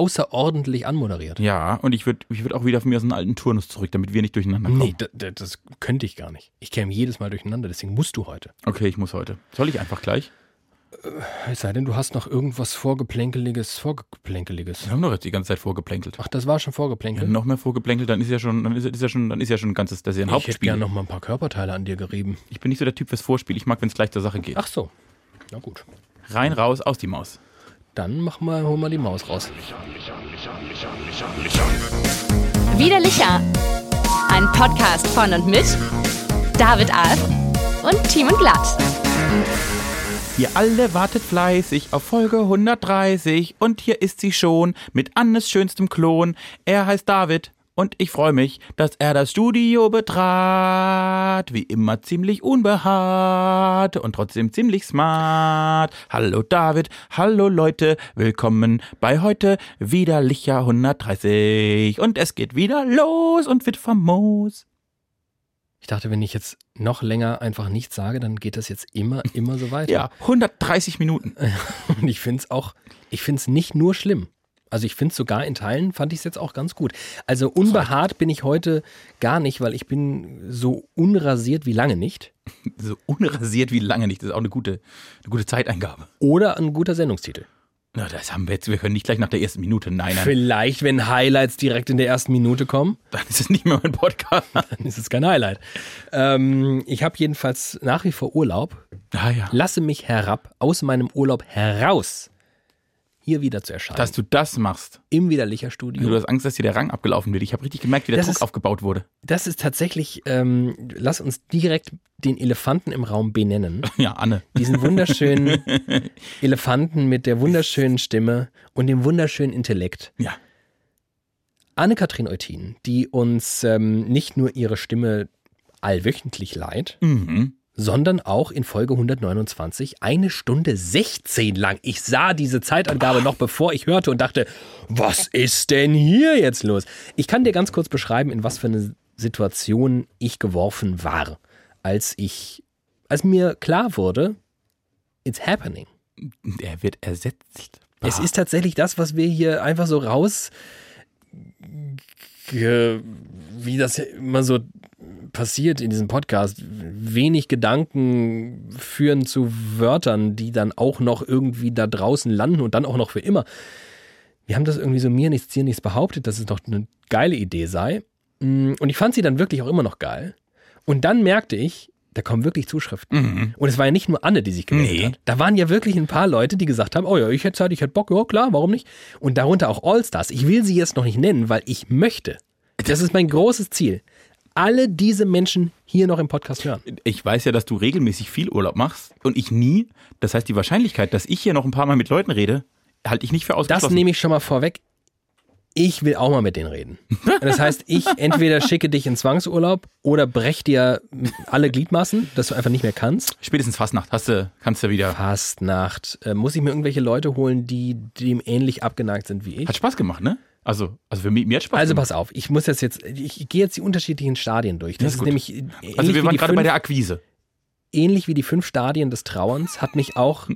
außerordentlich anmoderiert. Ja, und ich würde ich würd auch wieder von mir aus einen alten Turnus zurück, damit wir nicht durcheinander kommen. Nee, da- da- das könnte ich gar nicht. Ich käme jedes Mal durcheinander, deswegen musst du heute. Okay, ich muss heute. Soll ich einfach gleich? Es sei denn, du hast noch irgendwas Vorgeplänkeliges, Vorgeplänkeliges. Wir haben doch jetzt die ganze Zeit vorgeplänkelt. Ach, das war schon Ja, Vorgeplänkel. noch mehr vorgeplänkelt, dann ist ja schon, dann ist, ist ja schon, dann ist ja schon ein ganzes, das ist ja ein ich hätte Hauptspiel. gerne noch mal ein paar Körperteile an dir gerieben. Ich bin nicht so der Typ fürs Vorspiel. Ich mag, wenn es gleich zur Sache geht. Ach so. Na gut. Rein, raus, aus die Maus. Dann mach mal, hol mal die Maus raus. Widerlicher. Ein Podcast von und mit David Alf und Timon Glatt. Ihr alle wartet fleißig auf Folge 130 und hier ist sie schon mit Annes schönstem Klon. Er heißt David und ich freue mich, dass er das Studio betrat. Wie immer ziemlich unbehaart und trotzdem ziemlich smart. Hallo David, hallo Leute, willkommen bei heute widerlicher 130 und es geht wieder los und wird famos. Ich dachte, wenn ich jetzt noch länger einfach nichts sage, dann geht das jetzt immer, immer so weiter. Ja, 130 Minuten. Und ich finde es auch, ich finde es nicht nur schlimm. Also ich finde es sogar in Teilen, fand ich es jetzt auch ganz gut. Also unbehaart bin ich heute gar nicht, weil ich bin so unrasiert wie lange nicht. So unrasiert wie lange nicht. Das ist auch eine gute, eine gute Zeiteingabe. Oder ein guter Sendungstitel. Na, das haben wir jetzt. Wir können nicht gleich nach der ersten Minute. Nein, nein. Vielleicht, wenn Highlights direkt in der ersten Minute kommen, Dann ist es nicht mehr mein Podcast. dann ist es kein Highlight. Ähm, ich habe jedenfalls nach wie vor Urlaub, Ah ja. lasse mich herab, aus meinem Urlaub heraus, hier wieder zu erscheinen. Dass du das machst. Im Widerlicher Du Studio. hast Angst, dass dir der Rang abgelaufen wird. Ich habe richtig gemerkt, wie der Das Druck ist- aufgebaut wurde. Das ist tatsächlich, ähm, lass uns direkt den Elefanten im Raum benennen. Ja, Anne. diesen wunderschönen Elefanten mit der wunderschönen Stimme und dem wunderschönen Intellekt. Ja. Anne-Kathrin Eutin, die uns ähm, nicht nur ihre Stimme allwöchentlich leiht, Mhm. sondern auch in Folge 129 eine Stunde 16 lang. Ich sah diese Zeitangabe noch bevor ich hörte und dachte, was ist denn hier jetzt los? Ich kann dir ganz kurz beschreiben, in was für eine Situation ich geworfen war, als ich, als mir klar wurde, it's happening. Er wird ersetzt. Es ist tatsächlich das, was wir hier einfach so raus, ge- wie das immer so passiert in diesem Podcast, wenig Gedanken führen zu Wörtern, die dann auch noch irgendwie da draußen landen und dann auch noch für immer. Wir haben das irgendwie so mir nichts, dir nichts behauptet, dass es doch eine geile Idee sei. Mm, Und ich fand sie dann wirklich auch immer noch geil. Und dann merkte ich, da kommen wirklich Zuschriften. Mhm. Und es war ja nicht nur Anne, die sich gemeldet Nee. hat. Da waren ja wirklich ein paar Leute, die gesagt haben, oh ja, ich hätte Zeit, ich hätte Bock, ja klar, warum nicht? Und darunter auch Allstars. Ich will sie jetzt noch nicht nennen, weil ich möchte. Das ist mein großes Ziel. Alle diese Menschen hier noch im Podcast hören. Ich weiß ja, dass du regelmäßig viel Urlaub machst und ich nie. Das heißt, die Wahrscheinlichkeit, dass ich hier noch ein paar Mal mit Leuten rede, halte ich nicht für Das ausgeschlossen. nehme ich schon mal vorweg. Ich will auch mal mit denen reden. Das heißt, ich entweder schicke dich in Zwangsurlaub oder brech dir alle Gliedmaßen, dass du einfach nicht mehr kannst. Spätestens Fastnacht hast du, kannst du wieder. Fastnacht. Äh, muss ich mir irgendwelche Leute holen, die dem ähnlich abgeneigt sind wie ich? Hat Spaß gemacht, ne? Also, also für mich, mir hat Spaß Also gemacht. pass auf, ich muss das jetzt, ich gehe jetzt die unterschiedlichen Stadien durch. Das ist ist, gut. nämlich äh, ähnlich, Also, wir wie waren die gerade fünf, bei der Akquise. ähnlich wie die fünf Stadien des Trauerns hat mich auch d-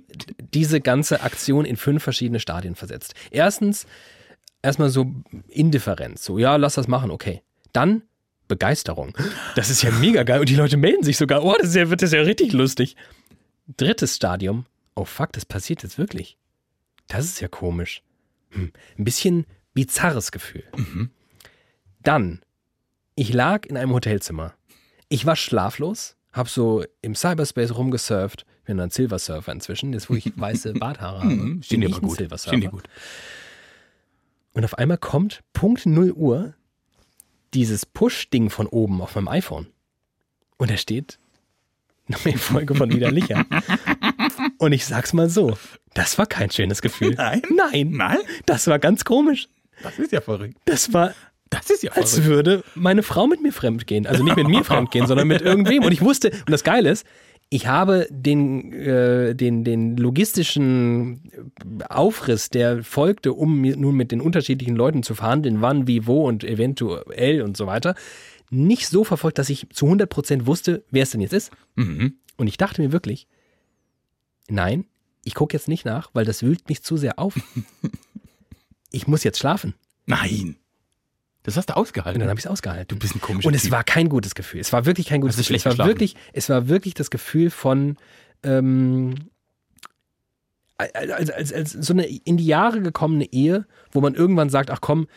diese ganze Aktion in fünf verschiedene Stadien versetzt. Erstens erstmal so Indifferenz, so ja, lass das machen, okay. Dann Begeisterung. Das ist ja mega geil und die Leute melden sich sogar. Oh, das ist ja, wird das ja richtig lustig. Drittes Stadium. Oh fuck, das passiert jetzt wirklich. Das ist ja komisch. Hm. Ein bisschen bizarres Gefühl. Mhm. Dann, ich lag in einem Hotelzimmer. Ich war schlaflos, hab so im Cyberspace rumgesurft. Ich bin ein Silversurfer inzwischen, jetzt wo ich weiße Barthaare habe. Mhm. Stehen dir bin aber ich ein gut. Stehen dir Silversurfer. gut. Und auf einmal kommt Punkt 0 Uhr dieses Push-Ding von oben auf meinem iPhone. Und da steht neue Folge von Widerlicher. Und ich sag's mal so, das war kein schönes Gefühl. Nein? Nein. Nein? Das war ganz komisch. Das ist ja verrückt. Das war, Das ist ja verrückt. als würde meine Frau mit mir fremd gehen. Also nicht mit mir fremd gehen, sondern mit irgendwem. Und ich wusste, und das Geile ist, ich habe den, äh, den, den logistischen Aufriss, der folgte, um mir nun mit den unterschiedlichen Leuten zu verhandeln, wann, wie, wo und eventuell und so weiter, nicht so verfolgt, dass ich zu 100% wusste, wer es denn jetzt ist. Mhm. Und ich dachte mir wirklich, nein, ich gucke jetzt nicht nach, weil das wühlt mich zu sehr auf. ich muss jetzt schlafen. Nein. Das hast du Und ausgehalten. dann habe ich es ausgehalten. du bist ein komischer Und es Typ. war kein gutes Gefühl. Es war wirklich kein gutes Hast du Gefühl. Also schlecht Es war, wirklich, es geschlafen? war wirklich das Gefühl von ähm, als, als, als so eine in die Jahre gekommene Ehe, wo man irgendwann sagt, ach komm,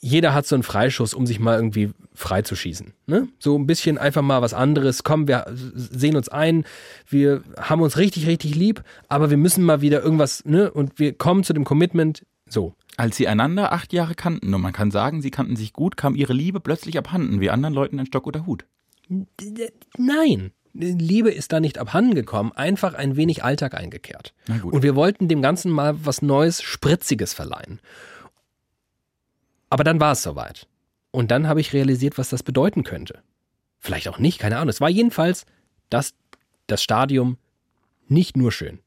jeder hat so einen Freischuss, um sich mal irgendwie frei zu schießen. Ne? So ein bisschen einfach mal was anderes. Komm, wir sehen uns ein, wir haben uns richtig, richtig lieb, aber wir müssen mal wieder irgendwas, ne? Und wir kommen zu dem Commitment. So. Als sie einander acht Jahre kannten, und man kann sagen, sie kannten sich gut, kam ihre Liebe plötzlich abhanden, wie anderen Leuten ein Stock oder Hut. Nein, Liebe ist da nicht abhanden gekommen, einfach ein wenig Alltag eingekehrt. Na gut. Und wir wollten dem Ganzen mal was Neues, Spritziges verleihen. Aber dann war es soweit. Und dann habe ich realisiert, was das bedeuten könnte. Vielleicht auch nicht, keine Ahnung. Es war jedenfalls das, das Stadium nicht nur schön.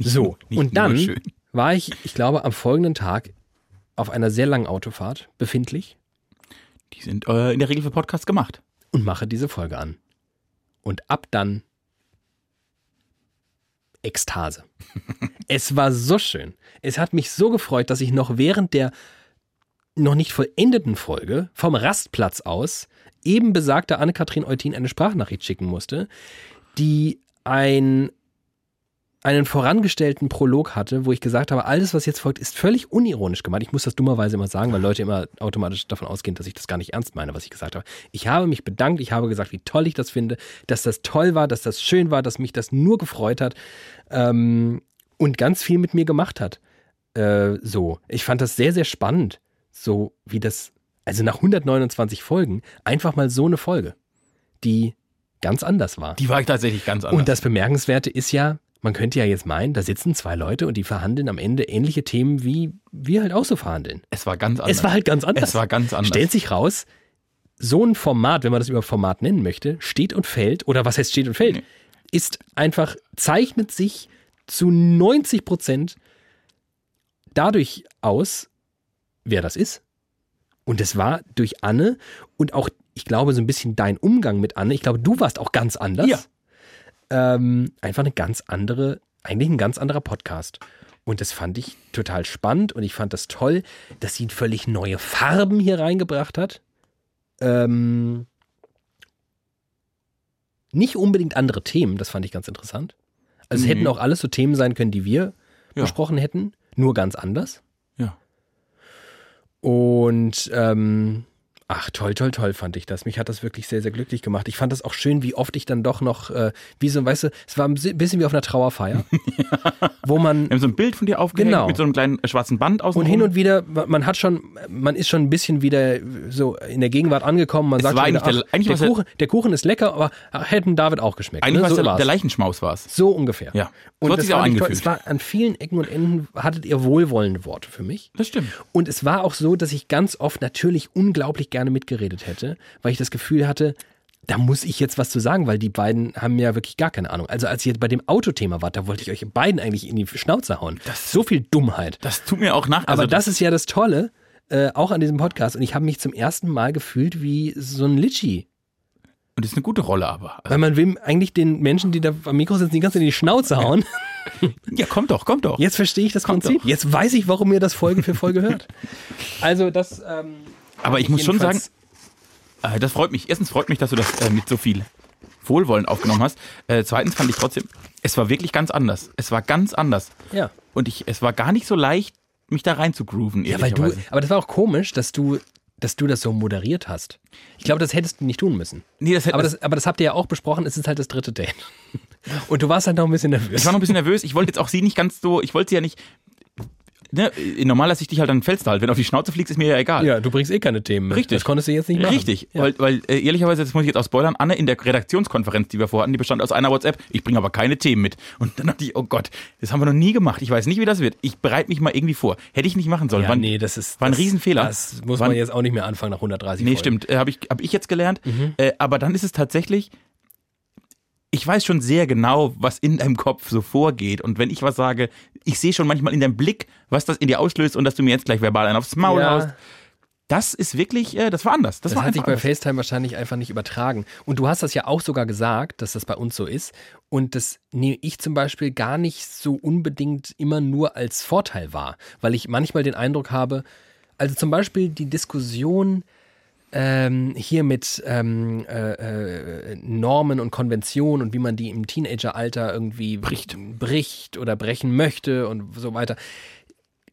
So, Nicht und dann Nur schön. war ich, ich glaube, am folgenden Tag auf einer sehr langen Autofahrt befindlich Die sind äh, in der Regel für Podcasts gemacht. und mache diese Folge an. Und ab dann Ekstase. es war so schön. Es hat mich so gefreut, dass ich noch während der noch nicht vollendeten Folge vom Rastplatz aus eben besagter Anne-Kathrin Eutin eine Sprachnachricht schicken musste, die ein, einen vorangestellten Prolog hatte, wo ich gesagt habe, alles, was jetzt folgt, ist völlig unironisch gemeint. Ich muss das dummerweise immer sagen, weil Leute immer automatisch davon ausgehen, dass ich das gar nicht ernst meine, was ich gesagt habe. Ich habe mich bedankt, ich habe gesagt, wie toll ich das finde, dass das toll war, dass das schön war, dass mich das nur gefreut hat ähm, und ganz viel mit mir gemacht hat. Äh, so, ich fand das sehr, sehr spannend, so wie das, also nach 129 Folgen, einfach mal so eine Folge, die ganz anders war. Die war ich tatsächlich ganz anders. Und das Bemerkenswerte ist ja, man könnte ja jetzt meinen, da sitzen zwei Leute und die verhandeln am Ende ähnliche Themen, wie wir halt auch so verhandeln. es war ganz anders. Es war halt ganz anders. Es war ganz anders. Stellt sich raus, so ein Format, wenn man das über Format nennen möchte, steht und fällt, oder was heißt steht und fällt, Nee. ist einfach, zeichnet sich zu 90 Prozent dadurch aus, wer das ist. Und es war durch Anne und auch, ich glaube, so ein bisschen dein Umgang mit Anne. Ich glaube, du warst auch ganz anders. Ja. Ähm, einfach eine ganz andere, eigentlich ein ganz anderer Podcast. Und das fand ich total spannend und ich fand das toll, dass sie völlig neue Farben hier reingebracht hat. Ähm, nicht unbedingt andere Themen, das fand ich ganz interessant. Also es Mhm. hätten auch alles so Themen sein können, die wir Ja. besprochen hätten, nur ganz anders. Ja. Und ähm, ach, toll, toll, toll fand ich das. Mich hat das wirklich sehr, sehr glücklich gemacht. Ich fand das auch schön, wie oft ich dann doch noch, äh, wie so, weißt du, es war ein si- bisschen wie auf einer Trauerfeier, wo man Wir haben so ein Bild von dir aufgehängt Genau. mit so einem kleinen äh, schwarzen Band außen und hin und wieder, man hat schon, man ist schon ein bisschen wieder so in der Gegenwart angekommen. Man sagt war schon wieder, eigentlich der- ach, eigentlich der, war's ja- Kuchen, der Kuchen ist lecker, aber hätten David auch geschmeckt. Eigentlich ne? war es so der, war's. der Leichenschmaus war es. So ungefähr. Ja. So Und hat das sich's auch war nicht toll. angefühlt. Es war an vielen Ecken und Enden hattet ihr wohlwollende Worte für mich. Das stimmt. Und es war auch so, dass ich ganz oft natürlich unglaublich gerne mitgeredet hätte, weil ich das Gefühl hatte, da muss ich jetzt was zu sagen, weil die beiden haben ja wirklich gar keine Ahnung. Also als ihr bei dem Autothema wart, da wollte ich euch beiden eigentlich in die Schnauze hauen. so viel Dummheit. Das tut mir auch nach. Aber also das ist ja das Tolle, äh, auch an diesem Podcast. Und ich habe mich zum ersten Mal gefühlt wie so ein Litschi. und das ist eine gute Rolle, aber. Also, Weil man will eigentlich den Menschen, die da am Mikro sitzen, die ganze Zeit in die Schnauze hauen. ja, kommt doch, kommt doch. Jetzt verstehe ich das Prinzip. doch. Jetzt weiß ich, warum ihr das Folge für Folge hört. Also das. Ähm, aber ich muss schon sagen, jedenfalls- Äh, Das freut mich. Erstens freut mich, dass du das äh, mit so viel Wohlwollen aufgenommen hast. Äh, zweitens fand ich trotzdem, es war wirklich ganz anders. Es war ganz anders. Ja. Und ich, es war gar nicht so leicht, mich da rein zu grooven, Ja, weil du, ehrlicherweise. aber das war auch komisch, dass du, dass du das so moderiert hast. Ich glaube, das hättest du nicht tun müssen. nee, das hätte, Aber das, aber das habt ihr ja auch besprochen, es ist halt das dritte Date. Und du warst halt noch ein bisschen nervös. ich war noch ein bisschen nervös. Ich wollte jetzt auch sie nicht ganz so, ich wollte sie ja nicht, ne, in normaler Sicht dich halt dann fällst du halt. Wenn du auf die Schnauze fliegst, ist mir ja egal. ja, du bringst eh keine Themen mit. Richtig. Das konntest du jetzt nicht machen. Richtig, Ja. weil, weil äh, ehrlicherweise, das muss ich jetzt auch spoilern, Anne in der Redaktionskonferenz, die wir vorhatten, die bestand aus einer WhatsApp, ich bringe aber keine Themen mit. Und dann dachte ich, oh Gott, das haben wir noch nie gemacht, ich weiß nicht, wie das wird. Ich bereite mich mal irgendwie vor. Hätte ich nicht machen sollen. Ja, Wann- nee, das ist war ein das- Riesenfehler. Das muss War ein- man jetzt auch nicht mehr anfangen nach 130 Nee, Folgen. stimmt, äh, habe ich, hab ich jetzt gelernt. Mhm. Äh, aber dann ist es tatsächlich, ich weiß schon sehr genau, was in deinem Kopf so vorgeht. Und wenn ich was sage, ich sehe schon manchmal in deinem Blick, was das in dir auslöst und dass du mir jetzt gleich verbal einen aufs Maul haust. Ja, Das ist wirklich, äh, das war anders. Das, Das war hat sich einfach bei anders. FaceTime wahrscheinlich einfach nicht übertragen. Und du hast das ja auch sogar gesagt, dass das bei uns so ist. Und das nehme ich zum Beispiel gar nicht so unbedingt immer nur als Vorteil wahr, weil ich manchmal den Eindruck habe, also zum Beispiel die Diskussion ähm, hier mit ähm, äh, äh, Normen und Konventionen und wie man die im Teenageralter irgendwie bricht. bricht oder brechen möchte und so weiter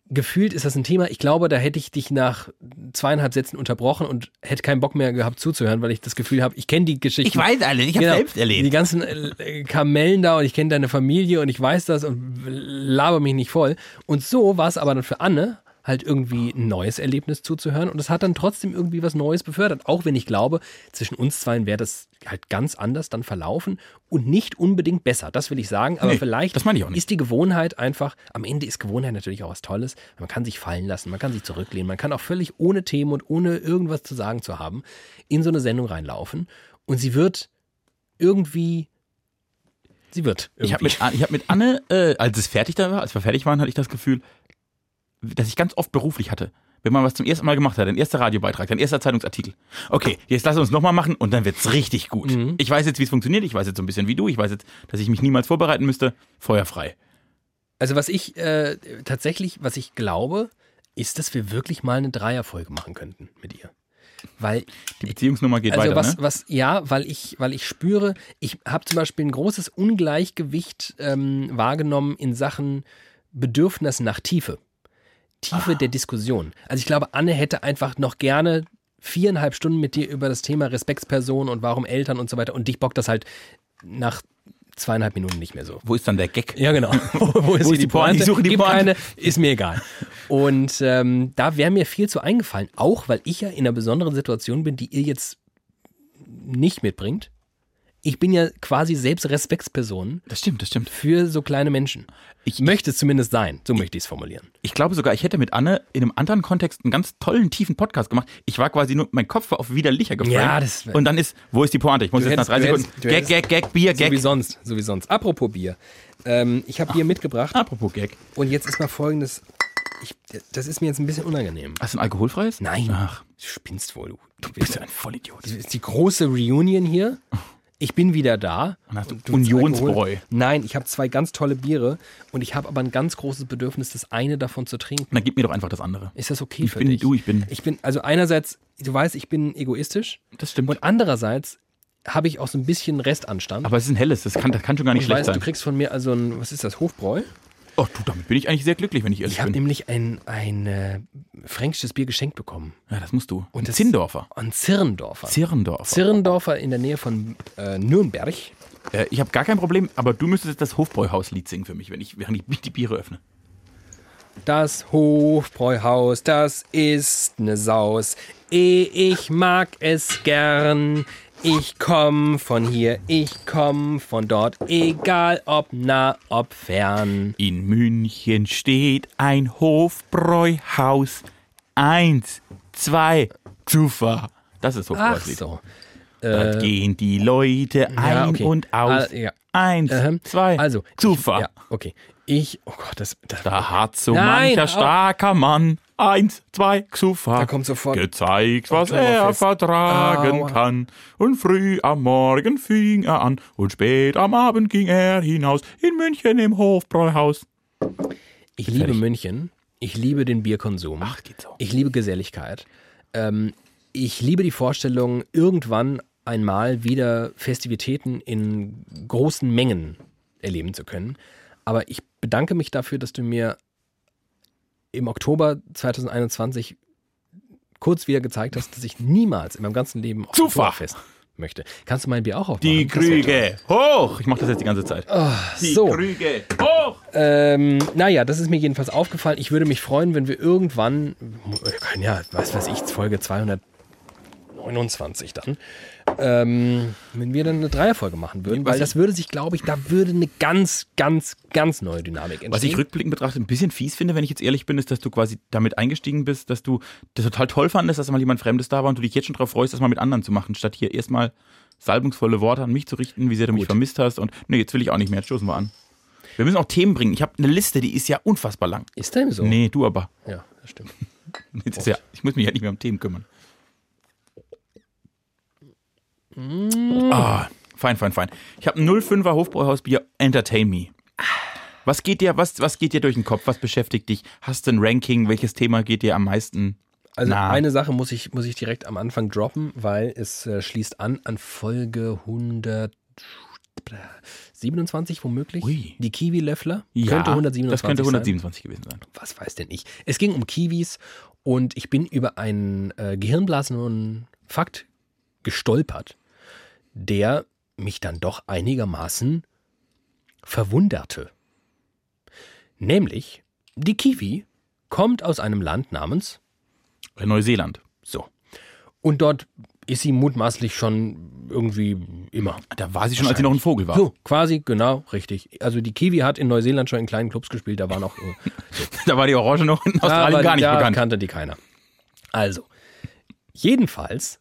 gefühlt ist das ein Thema. Ich glaube, da hätte ich dich nach zweieinhalb Sätzen unterbrochen und hätte keinen Bock mehr gehabt zuzuhören, weil ich das Gefühl habe, ich kenne die Geschichte. Ich weiß alle, ich habe selbst Genau. Die erlebt. ganzen äh, Kamellen da und ich kenne deine Familie und ich weiß das und laber mich nicht voll. Und so war es aber dann für Anne halt irgendwie ein neues Erlebnis zuzuhören und es hat dann trotzdem irgendwie was Neues befördert, auch wenn ich glaube, zwischen uns zweien wäre das halt ganz anders dann verlaufen und nicht unbedingt besser, das will ich sagen, aber Nee, vielleicht das meine ich auch nicht. ist die Gewohnheit einfach, am Ende ist Gewohnheit natürlich auch was Tolles, man kann sich fallen lassen, man kann sich zurücklehnen, man kann auch völlig ohne Themen und ohne irgendwas zu sagen zu haben in so eine Sendung reinlaufen und sie wird irgendwie. Sie wird. Irgendwie. Ich habe mit, An- ich hab mit Anne, äh, als es fertig da war, als wir fertig waren, hatte ich das Gefühl, dass ich ganz oft beruflich hatte. Wenn man was zum ersten Mal gemacht hat, ein erster Radiobeitrag, ein erster Zeitungsartikel. Okay, jetzt lass uns nochmal machen und dann wird's richtig gut. Mhm. Ich weiß jetzt, wie es funktioniert, ich weiß jetzt so ein bisschen wie du, ich weiß jetzt, dass ich mich niemals vorbereiten müsste. Feuerfrei. also, was ich äh, tatsächlich, was ich glaube, ist, dass wir wirklich mal eine Dreierfolge machen könnten mit ihr. Weil Die Beziehungsnummer geht also weiter, was, ne? was, ja, weil ich, weil ich spüre, ich habe zum Beispiel ein großes Ungleichgewicht ähm, wahrgenommen in Sachen Bedürfnis nach Tiefe. Ah. Tiefe der Diskussion. Also ich glaube, Anne hätte einfach noch gerne viereinhalb Stunden mit dir über das Thema Respektsperson und warum Eltern und so weiter. Und dich bockt das halt nach zweieinhalb Minuten nicht mehr so. Wo ist dann der Gag? Ja, genau. Wo, wo ist, Wo hier ist die Pointe? Ich suche die Gibt keine, Pointe. ist mir egal. Und ähm, da wäre mir viel zu eingefallen, auch weil ich ja in einer besonderen Situation bin, die ihr jetzt nicht mitbringt. Ich bin ja quasi selbst Respektsperson Das stimmt, das stimmt. für so kleine Menschen. Ich möchte es zumindest sein, so möchte ich es formulieren. Ich glaube sogar, ich hätte mit Anne in einem anderen Kontext einen ganz tollen, tiefen Podcast gemacht. Ich war quasi nur, mein Kopf war auf widerlicher gefallen. Ja, das- Und dann ist, wo ist die Pointe? Ich muss Du jetzt nach hättest- drei du Sekunden. hättest- du Gag, hättest- Gag, Gag, Bier, So wie Gag. sonst, so wie sonst. Apropos Bier. Ähm, ich habe Bier mitgebracht Apropos Gag. und jetzt ist mal folgendes. Ich, das ist mir jetzt ein bisschen unangenehm. Hast du ein alkoholfreies? Nein. Ach, Du spinnst wohl, du. du bist ein Vollidiot. Das ist die große Reunion hier. Ich bin wieder da. Dann hast du willst Unionsbräu. Alkohol? Nein, ich habe zwei ganz tolle Biere und ich habe aber ein ganz großes Bedürfnis, das eine davon zu trinken. Dann gib mir doch einfach das andere. Ist das okay Ich für bin dich? du, ich bin- Ich bin, also einerseits, du weißt, ich bin egoistisch Das stimmt. und andererseits habe ich auch so ein bisschen Restanstand. Aber es ist ein helles, das kann, das kann schon gar nicht ich schlecht weiß, du sein. kriegst von mir also ein, was ist das, Hofbräu? Oh, du, damit bin ich eigentlich sehr glücklich, wenn ich ehrlich Ich habe bin. nämlich ein, ein äh, fränkisches Bier geschenkt bekommen. Ja, das musst du. Und das- Zindorfer. An Zirndorfer. Zirndorfer. Zirndorfer in der Nähe von äh, Nürnberg. äh, ich habe gar kein Problem, aber du müsstest jetzt das Hofbräuhaus-Lied singen für mich, wenn ich, während ich die Biere öffne. Das Hofbräuhaus, das ist ne Saus. Eh, ich mag es gern. Ich komm von hier, ich komm von dort, egal ob nah, ob fern. In München steht ein Hofbräuhaus. Eins, zwei, Zufa. Das ist Ach Hofbräuhaus-Lied. so. Da gehen die Leute ein Äh, okay. und aus. Ah, ja. Eins, Ähm, zwei, also, Zufa. Ich, ja, okay. Ich, oh Gott, das, das Da hat so Nein, mancher au. starker Mann eins, zwei, Xufa. Da kommt sofort Gezeigt, was er Oktoberfest. vertragen Aua. kann. Und früh am Morgen fing er an. Und spät am Abend ging er hinaus. In München im Hofbräuhaus. Ich liebe fertig. München. Ich liebe den Bierkonsum. Ach, geht so. Ich liebe Geselligkeit. Ähm, ich liebe die Vorstellung, irgendwann einmal wieder Festivitäten in großen Mengen erleben zu können. Aber ich bedanke mich dafür, dass du mir im Oktober 2021 kurz wieder gezeigt hast, dass ich niemals in meinem ganzen Leben auf ein Zufall. Oktoberfest möchte. Kannst du mein Bier auch aufmachen? Die Das wär toll. Ah, Krüge hoch! Ich mach das jetzt die ganze Zeit. die so. Krüge hoch! Ähm, naja, das ist mir jedenfalls aufgefallen. Ich würde mich freuen, wenn wir irgendwann, wir können ja, was weiß ich, Folge 229 dann, ähm, wenn wir dann eine Dreierfolge machen würden, weil ich- das würde sich, glaube ich, da würde eine ganz, ganz, ganz neue Dynamik entstehen. Was ich rückblickend betrachtet ein bisschen fies finde, wenn ich jetzt ehrlich bin, ist, dass du quasi damit eingestiegen bist, dass du das total toll fandest, dass mal jemand Fremdes da war und du dich jetzt schon darauf freust, das mal mit anderen zu machen, statt hier erstmal salbungsvolle Worte an mich zu richten, wie sehr du mich Gut. vermisst hast und nee, jetzt will ich auch nicht mehr, jetzt stoßen wir an. Wir müssen auch Themen bringen. Ich habe eine Liste, die ist ja unfassbar lang. ist dem so? Nee, du aber. Ja, das stimmt. Jetzt ist ja, ich muss mich halt nicht mehr um Themen kümmern. Mm. Ah, fein, fein, fein. Ich habe ein 05er Hofbräuhausbier. Entertain me. Was geht dir, was, was geht dir durch den Kopf? Was beschäftigt dich? Hast du ein Ranking? Welches Thema geht dir am meisten? Also Na. eine Sache muss ich, muss ich direkt am Anfang droppen, weil es äh, schließt an an Folge 127 womöglich. Ui. Die Kiwi-Löffler. könnte Ja, 127 Das könnte sein. 127 gewesen sein. was weiß denn ich. Es ging um Kiwis und ich bin über einen äh, gehirnblasenden Fakt gestolpert, der mich dann doch einigermaßen verwunderte. Nämlich, die Kiwi kommt aus einem Land namens In Neuseeland. so. Und dort ist sie mutmaßlich schon irgendwie immer. Da war sie schon, als sie noch ein Vogel war. So, quasi, genau, richtig. Also die Kiwi hat in Neuseeland schon in kleinen Clubs gespielt, da waren auch äh, Da war die Orange noch in Australien aber gar nicht da bekannt. kannte die keiner. Also, jedenfalls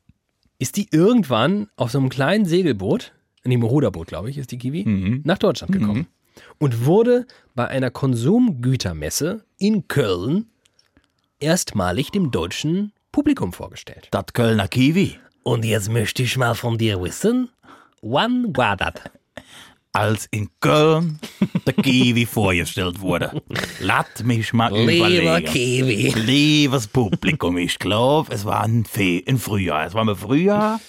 ist die irgendwann auf so einem kleinen Segelboot, nee, Ruderboot, glaube ich, ist die Kiwi, Mhm. nach Deutschland gekommen und wurde bei einer Konsumgütermesse in Köln erstmalig dem deutschen Publikum vorgestellt. Das Kölner Kiwi. Und jetzt möchte ich mal von dir wissen, wann war das? Als in Köln der Kiwi vorgestellt wurde. Lass mich mal Lieber überlegen. Kiwi. Liebes Publikum, ich glaube, es war ein, Fe ein Frühjahr. Es war mal Frühjahr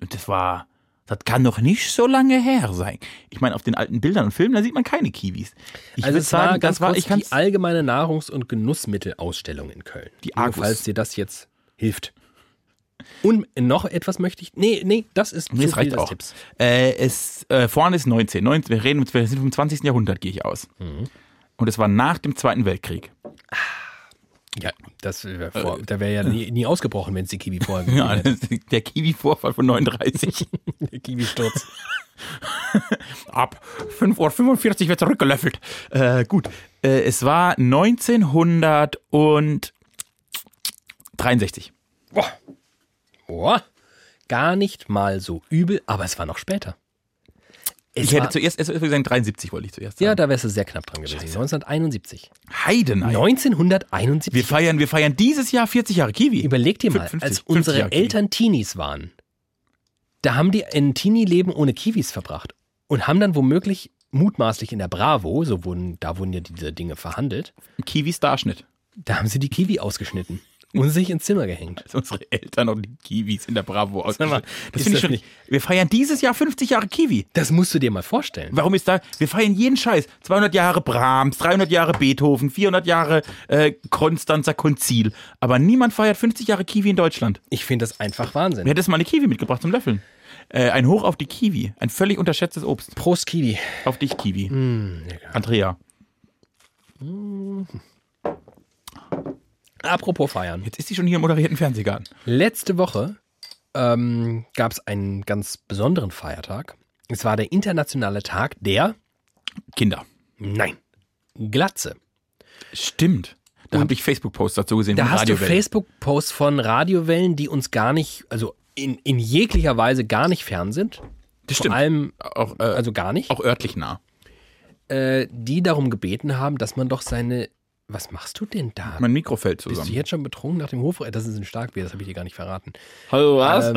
und das war, das kann doch nicht so lange her sein. Ich meine, auf den alten Bildern und Filmen, da sieht man keine Kiwis. Ich Also würd es war sagen, ganz das war, kurz ich kann's, die allgemeine Nahrungs- und Genussmittelausstellung in Köln. Die Nur Argus. Falls dir das jetzt hilft. Und noch etwas möchte ich. Nee, nee, das ist Nee, zu es viel reicht des auch. Tipps. Äh, es, äh, vorne ist 19. 19 wir reden wir sind vom 20. Jahrhundert, gehe ich aus. Mhm. Und es war nach dem Zweiten Weltkrieg. Ja, das wär vor, da wäre ja nie, nie ausgebrochen, wenn es die Kiwi vorher Äh, Ja, gegeben das ist der Kiwi-Vorfall von 39. hätte. Der Kiwi-Sturz. Ab 5.45 Uhr wird zurückgelöffelt. Äh, gut, äh, es war 1963. Boah. Boah. Gar nicht mal so übel, aber es war noch später. Es Ich hätte war, zuerst, es gesagt, 73 wollte ich zuerst ja, sagen. da wärst du sehr knapp dran gewesen. 1971. Heidenei. 1971. Ah, Wir feiern, wir feiern dieses Jahr 40 Jahre Kiwi. Überleg dir mal, 50, als 50 unsere Jahre Kiwi. Eltern Teenies waren, da haben die ein Teenie-Leben ohne Kiwis verbracht und haben dann womöglich mutmaßlich in der Bravo, so wurden, da wurden ja diese Dinge verhandelt, Kiwi-Starschnitt. da haben sie die Kiwi ausgeschnitten und sich ins Zimmer gehängt. Als unsere Eltern und die Kiwis in der Bravo aus. mal, Das ist finde ich das schon. nicht- Wir feiern dieses Jahr 50 Jahre Kiwi. Das musst du dir mal vorstellen. Warum ist da? Wir feiern jeden Scheiß. 200 Jahre Brahms, 300 Jahre Beethoven, 400 Jahre äh, Konstanzer Konzil. Aber niemand feiert 50 Jahre Kiwi in Deutschland. Ich finde das einfach Wahnsinn. Wer hätte es mal eine Kiwi mitgebracht zum Löffeln? Äh, ein Hoch auf die Kiwi. Ein völlig unterschätztes Obst. Prost Kiwi. Auf dich, Kiwi. Hm, Andrea. Apropos feiern. Jetzt ist sie schon hier im moderierten Fernsehgarten. Letzte Woche ähm, gab es einen ganz besonderen Feiertag. Es war der internationale Tag der, Kinder. nein, Glatze. Stimmt. Da habe ich Facebook-Posts dazu gesehen. Da von hast du Radiowellen. Facebook-Posts von Radiowellen, die uns gar nicht, also in, in jeglicher Weise gar nicht fern sind. Das Vor stimmt. allem, Auch, äh, also gar nicht. auch örtlich nah. Äh, die darum gebeten haben, dass man doch seine. Was machst du denn da? Mein Mikro fällt zusammen. Bist du jetzt schon betrunken nach dem Hof? Äh, Das ist ein Starkbier, das habe ich dir gar nicht verraten. Hallo, was?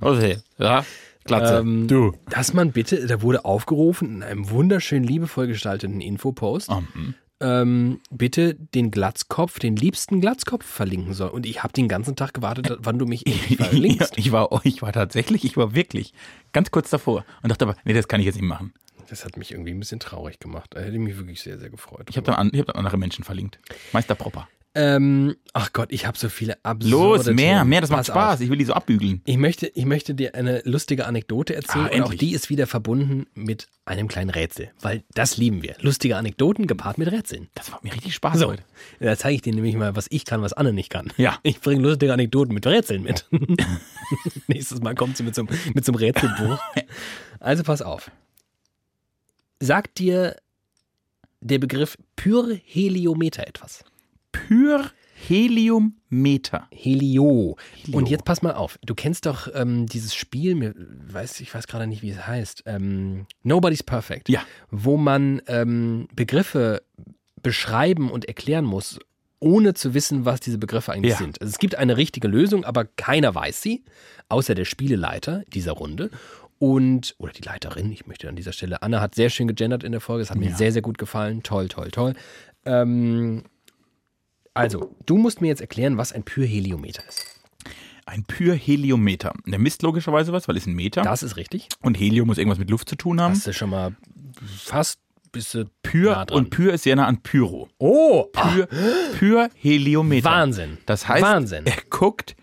okay, ja, Glatze. Ähm, du. Dass man bitte, da wurde aufgerufen in einem wunderschön liebevoll gestalteten Infopost, Ah, hm. ähm, bitte den Glatzkopf, den liebsten Glatzkopf verlinken soll. Und ich habe den ganzen Tag gewartet, wann du mich endlich Ja, verlinkst. ich, war, ich war tatsächlich, ich war wirklich ganz kurz davor und dachte aber, nee, das kann ich jetzt nicht machen. Das hat mich irgendwie ein bisschen traurig gemacht. Da hätte ich mich wirklich sehr, sehr gefreut. Ich habe dann, an- ich hab dann andere Menschen verlinkt. Meister Propper. ähm, ach Gott, ich habe so viele absurde Los, mehr, Themen. mehr, das macht Pass auf. Spaß. Ich will die so abbügeln. Ich möchte, ich möchte dir eine lustige Anekdote erzählen Ah, und auch endlich. die ist wieder verbunden mit einem kleinen Rätsel, weil das lieben wir. Lustige Anekdoten gepaart mit Rätseln. Das macht mir richtig Spaß So, heute. da zeige ich dir nämlich mal, was ich kann, was Anne nicht kann. Ja. Ich bringe lustige Anekdoten mit Rätseln mit. Nächstes Mal kommt sie mit so, einem- mit so einem Rätselbuch. Also pass auf. Sagt dir der Begriff Pyrheliometer etwas? Pür Heliummeter. Helio. Helio. Und jetzt pass mal auf. Du kennst doch ähm, dieses Spiel, mir, weiß, ich weiß gerade nicht, wie es heißt. Ähm, Nobody's Perfect. Ja. Wo man ähm, Begriffe beschreiben und erklären muss ohne zu wissen, was diese Begriffe eigentlich Ja. sind. Also es gibt eine richtige Lösung, aber keiner weiß sie, außer der Spieleleiter dieser Runde. Und, oder die Leiterin, ich möchte an dieser Stelle, Anna hat sehr schön gegendert in der Folge, es hat mir sehr, sehr gut gefallen. Toll, toll, toll. Ähm, also, du musst mir jetzt erklären, was ein Pyrheliometer ist. Ein Pyrheliometer. Der misst logischerweise was, weil es ein Meter. Das ist richtig. Und Helium muss irgendwas mit Luft zu tun haben. Hast du schon mal fast bist du Pyr nah dran. und Pyr ist sehr nah an Pyro. Oh, Pyr, Pyrheliometer. Wahnsinn. Das heißt, Wahnsinn. er guckt,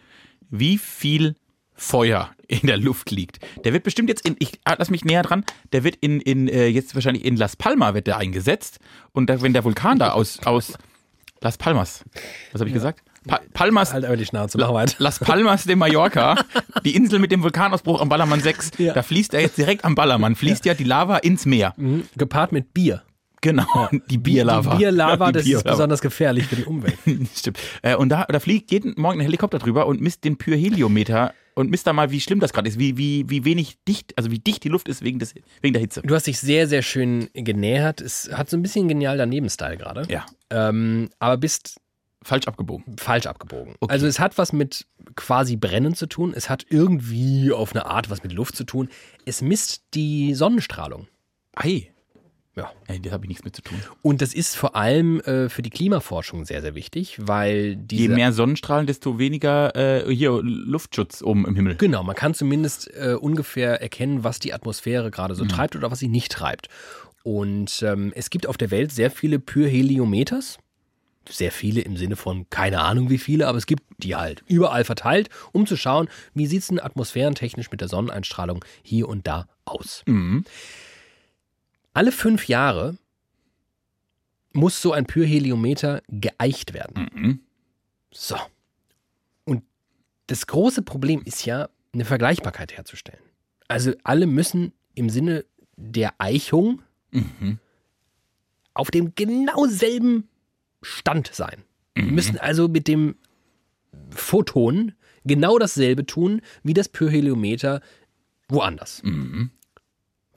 wie viel Feuer in der Luft liegt. Der wird bestimmt jetzt in, ich ah, lass mich näher dran, der wird in, in äh, jetzt wahrscheinlich in Las Palmas wird der eingesetzt. Und da, wenn der Vulkan da aus, aus Las Palmas, was habe ich gesagt? Pa Palmas, halt aber die Schnauze, mach weiter. Las Palmas de Mallorca, die Insel mit dem Vulkanausbruch am Ballermann 6, Ja. da fließt er jetzt direkt am Ballermann, fließt ja, die Lava ins Meer. Mhm. Gepaart mit Bier. Genau, die Bierlava. Die Bierlava, Die das ist Bierlava. besonders gefährlich für die Umwelt. Stimmt. Äh, und da, da fliegt jeden Morgen ein Helikopter drüber und misst den Pyrheliometer und misst da mal, wie schlimm das gerade ist, wie, wie, wie wenig dicht, also wie dicht die Luft ist wegen, des, wegen der Hitze. Du hast dich sehr, sehr schön genähert. Es hat so ein bisschen genial daneben Style gerade. Ja, Ähm, aber bist falsch abgebogen. falsch abgebogen. Okay. Also es hat was mit quasi Brennen zu tun. Es hat irgendwie auf eine Art was mit Luft zu tun. Es misst die Sonnenstrahlung. Ei. Ja. Ey, da habe ich nichts mit zu tun. Und das ist vor allem äh, für die Klimaforschung sehr, sehr wichtig, weil diese Je mehr Sonnenstrahlen, desto weniger äh, hier Luftschutz oben im Himmel. Genau, man kann zumindest äh, ungefähr erkennen, was die Atmosphäre gerade so treibt oder was sie nicht treibt. Und ähm, es gibt auf der Welt sehr viele Pyrheliometers. Sehr viele im Sinne von keine Ahnung wie viele, aber es gibt die halt überall verteilt, um zu schauen, wie sieht es denn atmosphärentechnisch mit der Sonneneinstrahlung hier und da aus. Mhm. Alle fünf Jahre muss so ein Pyrheliometer geeicht werden. Mhm. So. Und das große Problem ist ja, eine Vergleichbarkeit herzustellen. Also alle müssen im Sinne der Eichung Mhm. auf dem genau selben Stand sein. Mhm. Die müssen also mit dem Photon genau dasselbe tun wie das Pyrheliometer woanders. Mhm.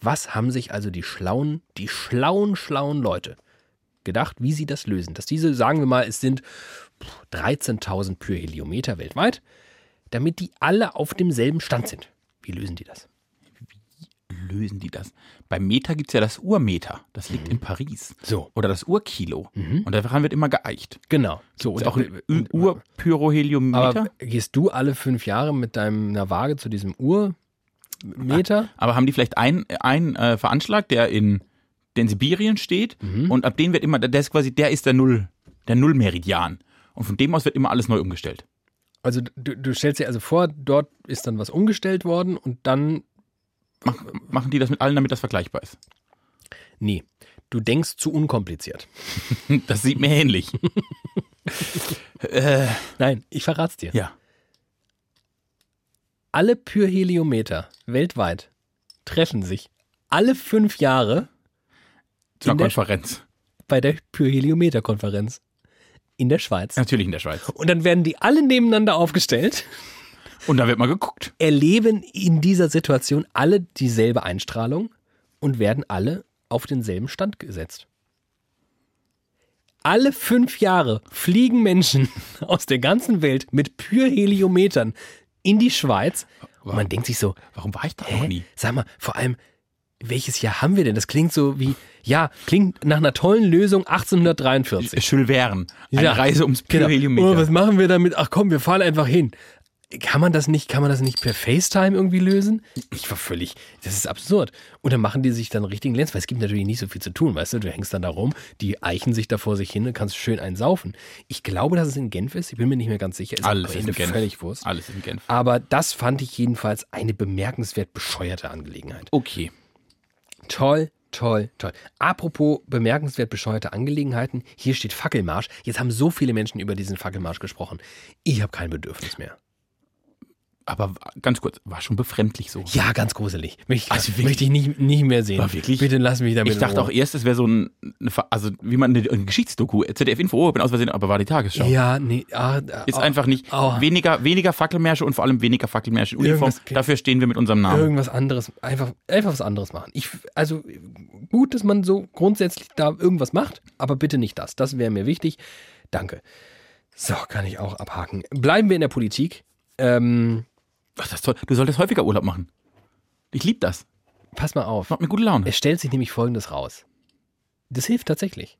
Was haben sich also die schlauen, die schlauen, schlauen Leute gedacht, wie sie das lösen? Dass diese, sagen wir mal, es sind pff, 13.000 Pyrheliometer weltweit, damit die alle auf demselben Stand sind. Wie lösen die das? Lösen die das? Beim Meter gibt es ja das Urmeter. Das liegt in Paris. So. Oder das Urkilo. Und daran wird immer geeicht. Genau. So, Ist und auch ein Ü- Mhm. und- Urpyroheliometer. aber gehst du alle fünf Jahre mit deiner Waage zu diesem Urmeter? Aber haben die vielleicht einen, einen äh, veranschlagt, der in, der in Sibirien steht und ab dem wird immer, der ist quasi, der ist der Null, der Nullmeridian. Und von dem aus wird immer alles neu umgestellt. Also du, du stellst dir also vor, dort ist dann was umgestellt worden und dann Mach, machen die das mit allen, damit das vergleichbar ist. nee, du denkst zu unkompliziert. Hm, Das sieht mir ähnlich. äh, Nein, ich verrat's dir. ja. alle Pyrheliometer weltweit treffen sich alle fünf Jahre Zur In der- Konferenz. bei der Pyrheliometer-Konferenz in der Schweiz. Natürlich in der Schweiz. Und dann werden die alle nebeneinander aufgestellt, Und da wird mal geguckt. erleben in dieser Situation alle dieselbe Einstrahlung und werden alle auf denselben Stand gesetzt. Alle fünf Jahre fliegen Menschen aus der ganzen Welt mit Pyrheliometern in die Schweiz. Und man denkt sich so, Warum war ich da Hä? noch nie? Sag mal, vor allem, welches Jahr haben wir denn? Das klingt so wie, ja, klingt nach einer tollen Lösung 1843. Jules Verne. Eine Ja. Reise ums Pyrheliometer. Oh, was machen wir damit? Ach komm, wir fahren einfach hin. Kann man das nicht, kann man das nicht per FaceTime irgendwie lösen? Ich war völlig, das ist absurd. Und dann machen die sich dann einen richtigen Lenz, weil es gibt natürlich nicht so viel zu tun, weißt du, du hängst dann da rum, die eichen sich da vor sich hin, dann kannst du schön einen saufen. Ich glaube, dass es in Genf ist, ich bin mir nicht mehr ganz sicher. Ist am Alles ist Ende in Genf. völlig Wurst. Alles in Genf. Aber das fand ich jedenfalls eine bemerkenswert bescheuerte Angelegenheit. Okay. Toll, toll, toll. Apropos bemerkenswert bescheuerte Angelegenheiten, hier steht Fackelmarsch. Jetzt haben so viele Menschen über diesen Fackelmarsch gesprochen. Ich habe kein Bedürfnis mehr. Aber wa- ganz kurz, war schon befremdlich so. Ja, ganz gruselig. Mich, Also wirklich? möchte ich nicht, nicht mehr sehen. War wirklich? Bitte lass mich damit. Ich dachte in auch Ruhe. erst, es wäre so ein, eine Ver- also wie man eine, eine Geschichtsdoku, ZDF-Info, oh, bin aus Versehen, aber war die Tagesschau. Ja, nee. Ah, Ist ah, einfach nicht, Aua. weniger, weniger Fackelmärsche und vor allem weniger Fackelmärsche in Uniform, Irgendwas- dafür stehen wir mit unserem Namen. Irgendwas anderes, einfach, einfach was anderes machen. Ich, also gut, dass man so grundsätzlich da irgendwas macht, aber bitte nicht das. Das wäre mir wichtig. Danke. So, kann ich auch abhaken. Bleiben wir in der Politik. Ähm, Ach, das ist toll. Du solltest häufiger Urlaub machen. Ich liebe das. pass mal auf. Macht mir gute Laune. Es stellt sich nämlich Folgendes raus. Das hilft tatsächlich.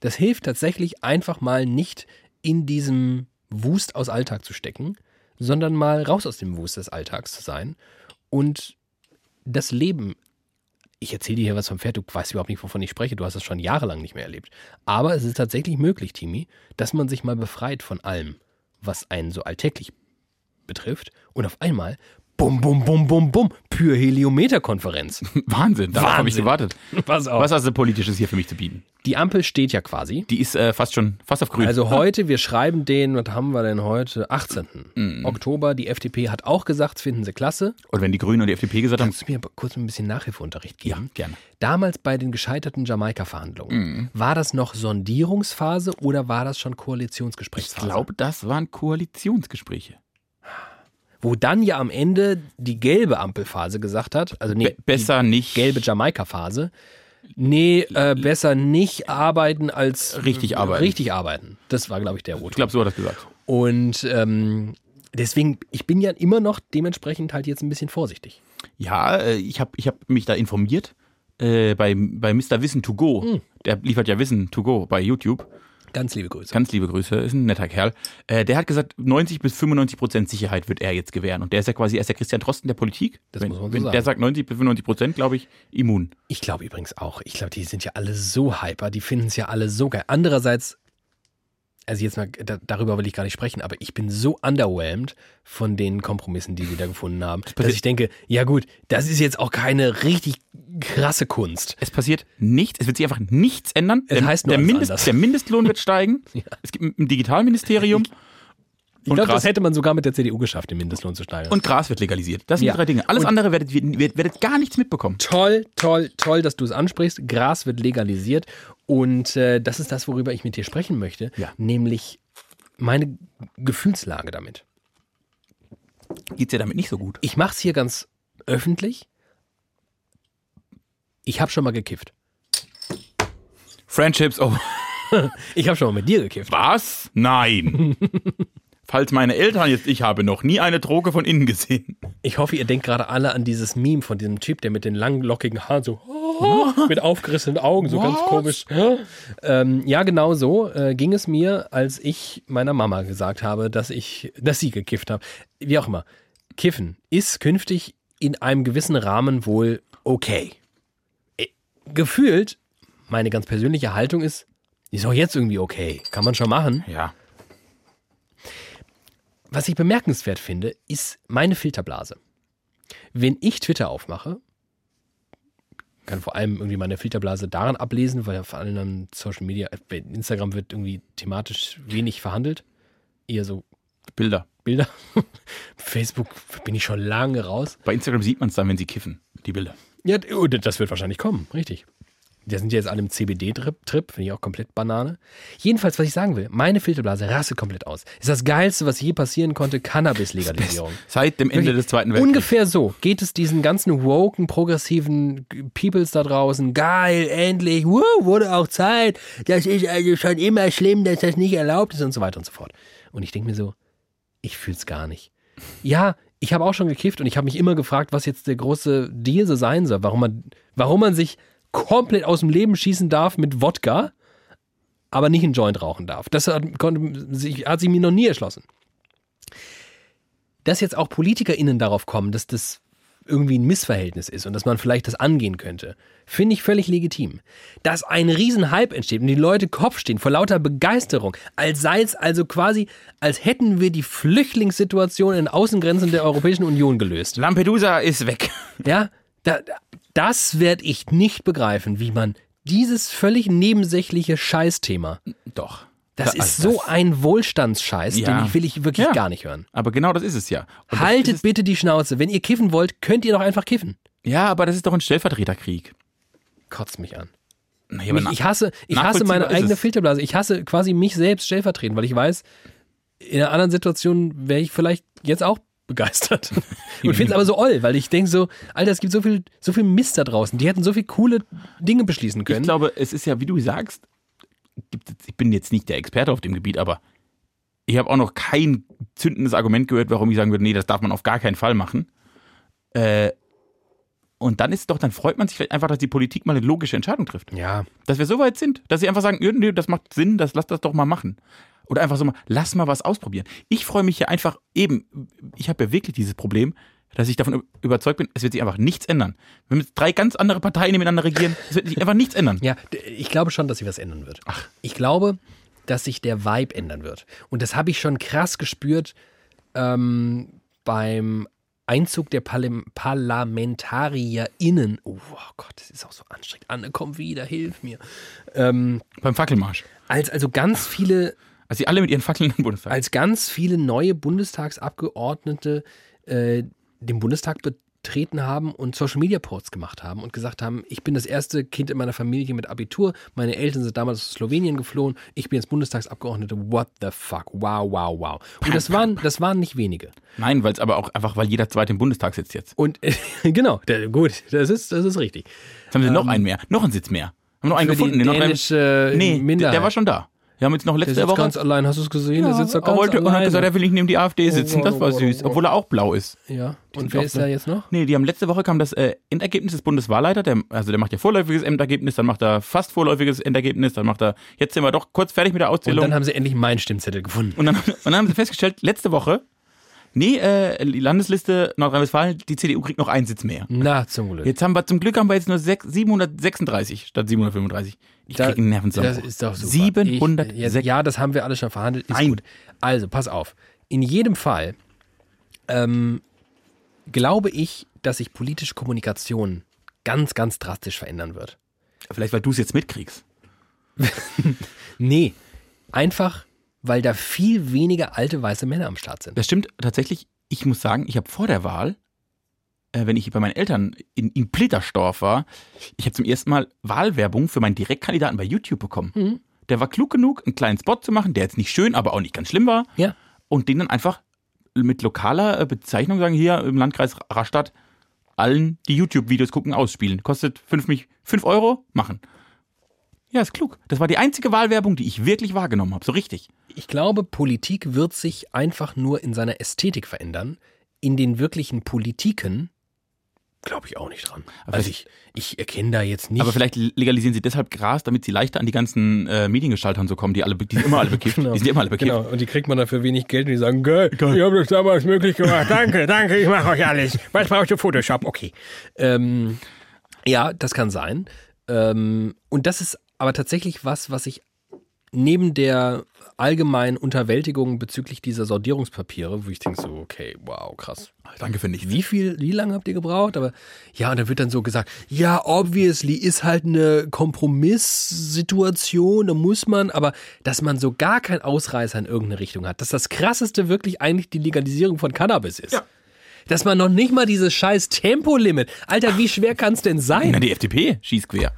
Das hilft tatsächlich einfach mal nicht in diesem Wust aus Alltag zu stecken, sondern mal raus aus dem Wust des Alltags zu sein und das Leben. Ich erzähle dir hier was vom Pferd, du weißt überhaupt nicht, wovon ich spreche, du hast es schon jahrelang nicht mehr erlebt. Aber es ist tatsächlich möglich, Timi, dass man sich mal befreit von allem, was einen so alltäglich betrifft und auf einmal, bum, bum, bum, bum, bum, Pyrheliometer-Konferenz. Wahnsinn, darauf habe ich Wahnsinn. gewartet. Pass auf. Was hast du Politisches hier für mich zu bieten? Die Ampel steht ja quasi. Die ist äh, fast schon, fast auf grün. Also heute, wir schreiben den, was haben wir denn heute? 18. Mhm. Oktober. Die FDP hat auch gesagt, finden sie klasse. Und wenn die Grünen und die FDP gesagt haben, Kannst du mir aber kurz ein bisschen Nachhilfeunterricht ja, geben? gerne. Mhm. Damals bei den gescheiterten Jamaika-Verhandlungen, war das noch Sondierungsphase oder war das schon Ich Koalitionsgesprächsphase? glaube, das waren Koalitionsgespräche. Wo dann ja am Ende die gelbe Ampelphase gesagt hat, also nee, Be besser nicht die gelbe Jamaika-Phase. Nee, äh, besser nicht arbeiten als Richtig arbeiten. Richtig arbeiten. Das war, glaube ich, der rote. Ich glaube, so hat er das gesagt. Und ähm, deswegen, ich bin ja immer noch dementsprechend halt jetzt ein bisschen vorsichtig. Ja, äh, ich habe ich hab mich da informiert äh, bei, bei Mr. Wissen to go. Hm. Der liefert ja Wissen to go bei YouTube. Ganz liebe Grüße. Ganz liebe Grüße, ist ein netter Kerl. Äh, der hat gesagt, 90 bis 95 Prozent Sicherheit wird er jetzt gewähren. Und der ist ja quasi erst der Christian Drosten der Politik. Das wenn, muss man so wenn sagen. Der sagt 90 bis 95 Prozent, glaube ich, immun. Ich glaube übrigens auch, ich glaube, die sind ja alle so hyper, die finden es ja alle so geil. Andererseits, also jetzt mal, da, darüber will ich gar nicht sprechen, aber ich bin so underwhelmed von den Kompromissen, die sie da gefunden haben, dass ich denke, ja gut, das ist jetzt auch keine richtig krasse Kunst. Es passiert nichts, es wird sich einfach nichts ändern. Es der, heißt nur der, alles Mindest, anders. der Mindestlohn wird steigen. Es gibt ein Digitalministerium Ich glaube, krass. das hätte man sogar mit der CDU geschafft, den Mindestlohn zu steigern. und Gras wird legalisiert. Das sind Ja. die drei Dinge. Alles Und- andere werdet, werdet, werdet gar nichts mitbekommen. toll, toll, toll, dass du es ansprichst. Gras wird legalisiert und äh, das ist das, worüber ich mit dir sprechen möchte, Ja. nämlich meine Gefühlslage damit. Geht's dir damit nicht so gut? Ich mache es hier ganz öffentlich. Ich habe schon mal gekifft. Friendships, oh, Ich habe schon mal mit dir gekifft. was? Nein. Falls meine Eltern jetzt, ich habe noch nie eine Droge von innen gesehen. Ich hoffe, ihr denkt gerade alle an dieses Meme von diesem Typ, der mit den langen, lockigen Haaren so mit aufgerissenen Augen, so ganz What? komisch. Ähm, ja, genau so äh, ging es mir, als ich meiner Mama gesagt habe, dass ich, dass sie gekifft habe. Wie auch immer. Kiffen ist künftig in einem gewissen Rahmen wohl okay. Äh, Gefühlt, meine ganz persönliche Haltung ist, ist auch jetzt irgendwie okay. Kann man schon machen. Ja. Was ich bemerkenswert finde, ist meine Filterblase. Wenn ich Twitter aufmache, kann vor allem irgendwie meine Filterblase daran ablesen, weil vor allem an Social Media, äh, bei Instagram wird irgendwie thematisch wenig verhandelt. Eher so Bilder. Bilder. Facebook bin ich schon lange raus. Bei Instagram sieht man es dann, wenn sie kiffen, die Bilder. Ja, d- oh, das wird wahrscheinlich kommen, richtig. Da sind ja jetzt alle im CBD-Trip, Trip, finde ich auch komplett Banane. Jedenfalls, was ich sagen will, meine Filterblase rastet komplett aus. Ist das Geilste, was je passieren konnte, Cannabis-Legalisierung. Seit dem Ende des Zweiten Weltkriegs. Ungefähr so geht es diesen ganzen woken, progressiven Peoples da draußen. Geil, endlich, wuh, wurde auch Zeit. Das ist also schon immer schlimm, dass das nicht erlaubt ist und so weiter und so fort. Und ich denke mir so, ich fühl's gar nicht. Ja, ich habe auch schon gekifft und ich habe mich immer gefragt, was jetzt der große Deal so sein soll. Warum man, warum man sich komplett aus dem Leben schießen darf mit Wodka, aber nicht einen Joint rauchen darf. Das hat, konnte, sich, hat sie mir noch nie erschlossen dass jetzt auch PolitikerInnen darauf kommen, dass das irgendwie ein Missverhältnis ist und dass man vielleicht das angehen könnte, finde ich völlig legitim. Dass ein Riesenhype entsteht und die Leute Kopf stehen vor lauter Begeisterung, als sei es also quasi, als hätten wir die Flüchtlingssituation in Außengrenzen der Europäischen Union gelöst. Lampedusa ist weg. Ja, da, das werde ich nicht begreifen, wie man dieses völlig nebensächliche Scheißthema, Doch. das Da- ist also so ein Wohlstandsscheiß, Ja. den ich, will ich wirklich Ja. gar nicht hören. Aber genau das ist es ja. Und das Haltet ist bitte die Schnauze. Wenn ihr kiffen wollt, könnt ihr doch einfach kiffen. es, ja, aber das ist doch ein Stellvertreterkrieg. Kotzt mich an. Naja, Mich, na- ich hasse, ich hasse nachvollziehbar meine ist eigene es. Filterblase. Ich hasse quasi mich selbst stellvertretend, weil ich weiß, in einer anderen Situation wäre ich vielleicht jetzt auch begeistert. Und finde es aber so oll, weil ich denke so, Alter, es gibt so viel, so viel Mist da draußen. Die hätten so viel coole Dinge beschließen ich können. glaube, es ist ja, wie du sagst, gibt es- ich bin jetzt nicht der Experte auf dem Gebiet, aber ich habe auch noch kein zündendes Argument gehört, warum ich sagen würde, nee, das darf man auf gar keinen Fall machen. Äh, und dann ist es doch, dann freut man sich vielleicht einfach, dass die Politik mal eine logische Entscheidung trifft. Ja, Dass wir so weit sind, dass sie einfach sagen, nö, nö, das macht Sinn, das lass das doch mal machen. Oder einfach so mal, lass mal was ausprobieren. Ich freue mich ja einfach eben, ich habe ja wirklich dieses Problem, dass ich davon überzeugt bin, es wird sich einfach nichts ändern. Wenn jetzt drei ganz andere Parteien nebeneinander regieren, es wird sich einfach nichts ändern. ja, d- ich glaube schon, dass sich was ändern wird. Ach. Ich glaube, dass sich der Vibe ändern wird. Und das habe ich schon krass gespürt ähm, beim Einzug der Parlim ParlamentarierInnen. Oh Gott, das ist auch so anstrengend. Anne, komm wieder, hilf mir. Ähm, Beim Fackelmarsch. als also ganz viele Als sie alle mit ihren Fackeln im Bundestag. als ganz viele neue Bundestagsabgeordnete äh, den Bundestag betreten haben und Social Media Posts gemacht haben und gesagt haben, ich bin das erste Kind in meiner Familie mit Abitur, meine Eltern sind damals aus Slowenien geflohen, ich bin jetzt Bundestagsabgeordnete, what the fuck, wow, wow, wow. Und das waren, das waren nicht wenige. Nein, weil es aber auch einfach, weil jeder zweite im Bundestag sitzt jetzt. Und genau, der, gut, das ist, das ist richtig. Jetzt haben sie noch einen mehr, noch einen Sitz mehr. Haben noch einen Ähm, Für die gefunden. den noch einen- dänische nee, der, Minderheit. der war schon da. Wir haben jetzt noch Der letzte sitzt Woche. ganz allein, hast du es gesehen? der sitzt da er ganz wollte und hat alleine. Oh, gesagt, er will nicht neben die AfD sitzen. wow, das war wow, süß, wow. obwohl er auch blau ist. ja. Und sind wer auch ist so- da jetzt noch? Nee, die haben letzte Woche kam das äh, Endergebnis des Bundeswahlleiters, der, also der macht ja vorläufiges Endergebnis, dann macht er fast vorläufiges Endergebnis, dann macht er, jetzt sind wir doch kurz fertig mit der Und Auszählung. dann haben sie endlich meinen Stimmzettel gefunden. Und dann, und dann haben sie festgestellt, letzte Woche, nee, äh, die Landesliste Nordrhein-Westfalen, die CDU kriegt noch einen Sitz mehr. Na, zum Glück. Jetzt haben wir, zum Glück haben wir jetzt nur sechs- 736 statt 735. Ich Da- krieg einen Nervenzusammenbruch. Das ist doch super. Ich, äh, 706. ja, ja, das haben wir alle schon verhandelt. Ist Nein. gut. Also, pass auf. In jedem Fall ähm, glaube ich, dass sich politische Kommunikation ganz, ganz drastisch verändern wird. Vielleicht, weil du es jetzt mitkriegst. Nee, einfach, weil da viel weniger alte weiße Männer am Start sind. Das stimmt tatsächlich. Ich muss sagen, ich habe vor der Wahl, äh, wenn ich bei meinen Eltern in, in Plittersdorf war, ich habe zum ersten Mal Wahlwerbung für meinen Direktkandidaten bei YouTube bekommen. Mhm. Der war klug genug, einen kleinen Spot zu machen, der jetzt nicht schön, aber auch nicht ganz schlimm war. Ja. Und den dann einfach mit lokaler äh, Bezeichnung sagen, hier im Landkreis Rastatt, allen, die YouTube-Videos gucken, ausspielen. Kostet 5 fünf, fünf Euro, machen. Ja, ist klug. Das war die einzige Wahlwerbung, die ich wirklich wahrgenommen habe. So richtig. Ich glaube, Politik wird sich einfach nur in seiner Ästhetik verändern. In den wirklichen Politiken glaube ich auch nicht dran. Aber also das- ich, ich erkenne da jetzt nicht. Aber vielleicht legalisieren sie deshalb Gras, damit sie leichter an die ganzen äh, Mediengestalter und so kommen, die alle, be- die sind immer alle bekifft. Die sind ja immer alle bekifft. Genau, und die kriegt man dafür wenig Geld und die sagen, geil, Geil. ich habe das damals möglich gemacht. Danke, danke, ich mache euch alles. Was brauchst du Photoshop? Okay. Ähm, ja, das kann sein. Ähm, und das ist aber tatsächlich was, was ich neben der allgemeinen Unterwältigung bezüglich dieser Sortierungspapiere, wo ich denke so, okay, wow, krass. Danke für nichts. Wie viel, wie lange habt ihr gebraucht? Aber ja, und dann wird dann so gesagt, ja, obviously ist halt eine Kompromisssituation, da muss man, aber dass man so gar keinen Ausreißer in irgendeine Richtung hat, dass das krasseste wirklich eigentlich die Legalisierung von Cannabis ist. Dass man noch nicht mal dieses scheiß Tempolimit. Alter, wie schwer kann es denn sein? Na, die FDP schießt quer.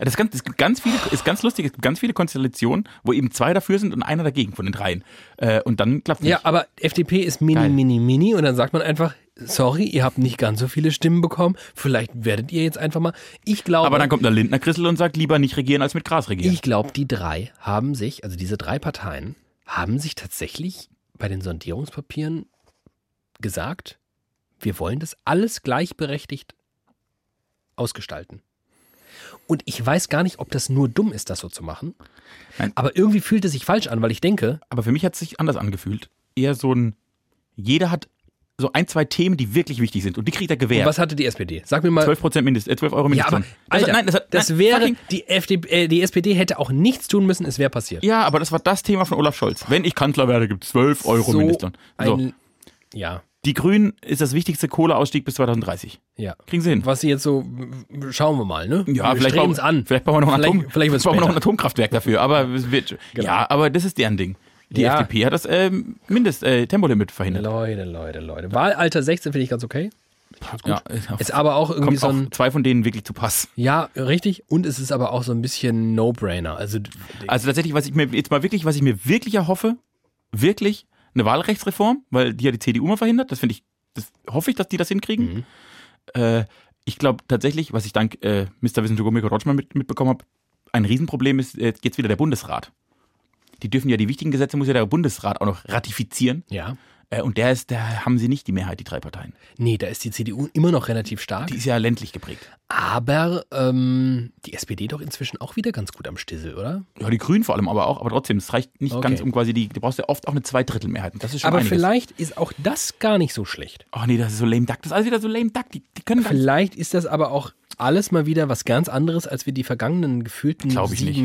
Das, ganz, es gibt ganz viele, ist ganz lustig, es gibt ganz viele Konstellationen, wo eben zwei dafür sind und einer dagegen von den dreien. Äh, und dann klappt Ja, aber FDP ist mini, Geil. mini, mini und dann sagt man einfach, sorry, ihr habt nicht ganz so viele Stimmen bekommen, vielleicht werdet ihr jetzt einfach mal. Ich glaube, Aber dann kommt der Lindner Christel und sagt, lieber nicht regieren als mit Gras regieren. Ich glaube, die drei haben sich, also diese drei Parteien, haben sich tatsächlich bei den Sondierungspapieren gesagt, wir wollen das alles gleichberechtigt ausgestalten. Und ich weiß gar nicht, ob das nur dumm ist, das so zu machen. Nein. Aber irgendwie fühlt es sich falsch an, weil ich denke, aber für mich hat es sich anders angefühlt. Eher so ein, jeder hat so ein, zwei Themen, die wirklich wichtig sind und die kriegt er gewährt. was hatte die SPD? Sag mir mal, 12 Prozent Mindest, äh, 12 Euro ja, aber Mindestlohn. Alter, das, nein, das, hat- nein, wäre, fucking- die, FDP, äh, die SPD hätte auch nichts tun müssen, es wäre passiert. Ja, aber das war das Thema von Olaf Scholz. Wenn ich Kanzler werde, gibt es 12 Euro So Mindestlohn. So. Ein, ja, Die Grünen ist das wichtigste Kohleausstieg bis 2030. ja. Kriegen sie hin. was sie jetzt so, schauen wir mal, ne? Ja, wir vielleicht streben bauen, es an. vielleicht bauen wir noch ein, Vielleicht- Atom, vielleicht wird's bauen wir noch ein später. Genau. Atomkraftwerk dafür. Aber, es wird, ja, aber das ist deren Ding. Die Ja. FDP hat das ähm, Mindest äh, Tempolimit verhindert. Leute, Leute, Leute. Wahlalter 16 finde ich ganz okay. Ja, Ist aber auch irgendwie kommt so ein, auch zwei von denen wirklich zu Pass. ja, richtig. Und es ist aber auch so ein bisschen No-Brainer. Also, d- Also tatsächlich, was ich mir jetzt mal wirklich, was ich mir wirklich erhoffe, wirklich eine Wahlrechtsreform, weil die ja die CDU mal verhindert. Das finde ich, das hoffe ich, dass die das Mhm. hinkriegen. Äh, ich glaube tatsächlich, was ich dank äh, Mr. Wissen Togomiko Rotschmann mit, mitbekommen habe, ein Riesenproblem ist äh, jetzt wieder der Bundesrat. Die dürfen ja die wichtigen Gesetze, muss ja der Bundesrat auch noch ratifizieren. Ja. Äh, und der ist, da haben sie nicht die Mehrheit, die drei Parteien. Nee, da ist die CDU immer noch relativ stark. Die ist ja ländlich geprägt. aber ähm, die SPD doch inzwischen auch wieder ganz gut am Stissel, oder? Ja, die Grünen vor allem aber auch, aber trotzdem, es reicht nicht Okay. ganz um quasi die, du brauchst ja oft auch eine Zweidrittelmehrheit. Und das ist schon Aber einiges. vielleicht ist auch das gar nicht so schlecht. Ach Oh, nee, das ist so lame duck. Das ist alles wieder so lame duck. Die, die können gar nicht. Vielleicht ist das aber auch alles mal wieder was ganz anderes, als wir die vergangenen gefühlten Glaub ich nicht.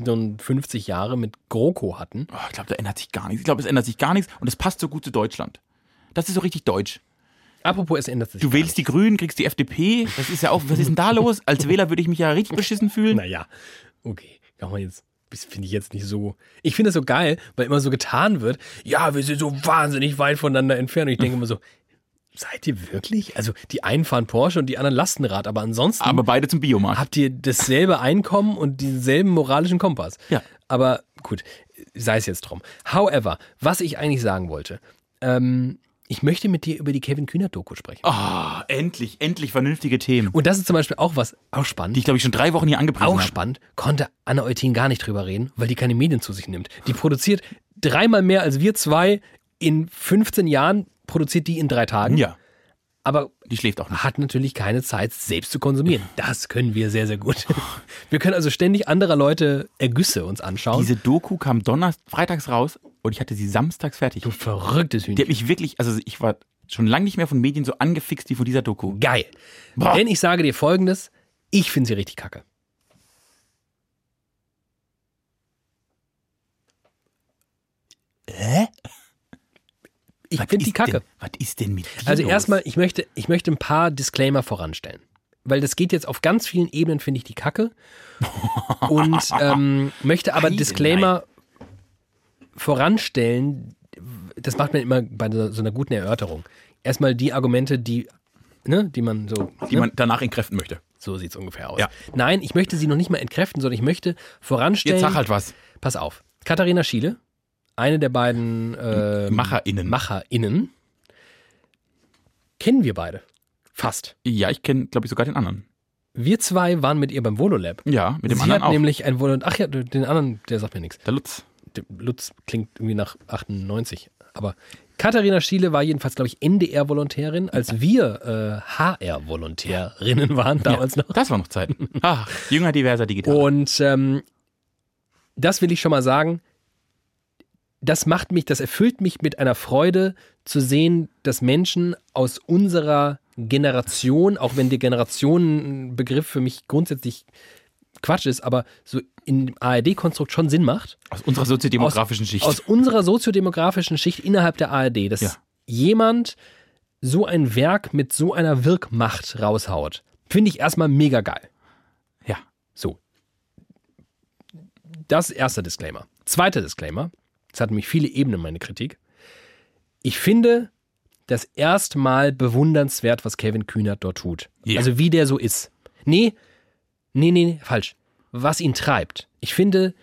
57 Jahre mit GroKo hatten. Oh, ich glaube, da ändert sich gar nichts. Ich glaube, es ändert sich gar nichts und es passt so gut zu Deutschland. Das ist so richtig deutsch. Apropos, es ändert sich. Du wählst die Grünen, kriegst die FDP. Das ist ja auch, was ist denn da los? Als Wähler würde ich mich ja richtig beschissen fühlen. Naja, okay. Kann man jetzt. Das finde ich jetzt nicht so. Ich finde das so geil, weil immer so getan wird, ja, wir sind so wahnsinnig weit voneinander entfernt. Und ich denke immer so, seid ihr wirklich? Also die einen fahren Porsche und die anderen Lastenrad, aber ansonsten Aber beide zum Biomarkt. habt ihr dasselbe Einkommen und denselben moralischen Kompass. Ja. Aber gut, sei es jetzt drum. However, was ich eigentlich sagen wollte, ähm, ich möchte mit dir über die Kevin Kühner-Doku sprechen. Ah, endlich, endlich vernünftige Themen. Und das ist zum Beispiel auch was, auch spannend. Die ich, glaube ich, schon drei Wochen hier angepriesen Auch habe. spannend, konnte Anna Eutin gar nicht drüber reden, weil die keine Medien zu sich nimmt. Die produziert dreimal mehr als wir zwei in 15 Jahren, produziert die in drei Tagen, Ja, aber die schläft auch nicht. hat natürlich keine Zeit, selbst zu konsumieren. Das können wir sehr, sehr gut. Oh. Wir können also ständig anderer Leute Ergüsse uns anschauen. Diese Doku kam Donnerstag, freitags raus und ich hatte sie samstags fertig. du verrücktes Die Hühnchen. hat mich wirklich, also ich war schon lange nicht mehr von Medien so angefixt wie von dieser Doku. Geil. Boah. Oh. Denn ich sage dir folgendes, ich finde sie richtig kacke. Hä? Ich finde die kacke. Denn, was ist denn mit dir Also los? erstmal, ich möchte, ich möchte ein paar Disclaimer voranstellen. Weil das geht jetzt auf ganz vielen Ebenen, finde ich, die Kacke. Und ähm, möchte aber Ei, Disclaimer voranstellen. Das macht man immer bei so so einer guten Erörterung. Erstmal die Argumente, die, ne, die man so. die ne? man danach entkräften möchte. so sieht es ungefähr aus. Ja. Nein, ich möchte sie noch nicht mal entkräften, sondern ich möchte voranstellen. Jetzt sag halt was. Pass auf. Katharina Schiele, eine der beiden äh, MacherInnen. MacherInnen, kennen wir beide. Fast. Ja, ich kenne, glaube ich, sogar den anderen. Wir zwei waren mit ihr beim Vololab. Ja, mit dem Sie anderen hat auch. nämlich ein Vololab. Ach ja, den anderen, der sagt mir nichts. Der Lutz. Der Lutz klingt irgendwie nach 98. Aber Katharina Schiele war jedenfalls, glaube ich, NDR-Volontärin, als wir äh, HR-Volontärinnen waren damals noch. Das war noch Zeit. Ach, jünger, diverser, digital. Und ähm, das will ich schon mal sagen. Das macht mich, das erfüllt mich mit einer Freude zu sehen, dass Menschen aus unserer Generation, auch wenn der Generationenbegriff für mich grundsätzlich Quatsch ist, aber so im ARD-Konstrukt schon Sinn macht, aus unserer soziodemografischen Schicht. aus unserer soziodemografischen Schicht innerhalb der ARD, dass Ja. jemand so ein Werk mit so einer Wirkmacht raushaut, finde ich erstmal mega geil. ja. So. Das erste Disclaimer. Zweiter Disclaimer. Es hat nämlich viele Ebenen, meine Kritik. Ich finde das erstmal bewundernswert, was Kevin Kühnert dort tut. Ja. Also wie der so ist. Nee, nee, nee, falsch. Was ihn treibt. Ich finde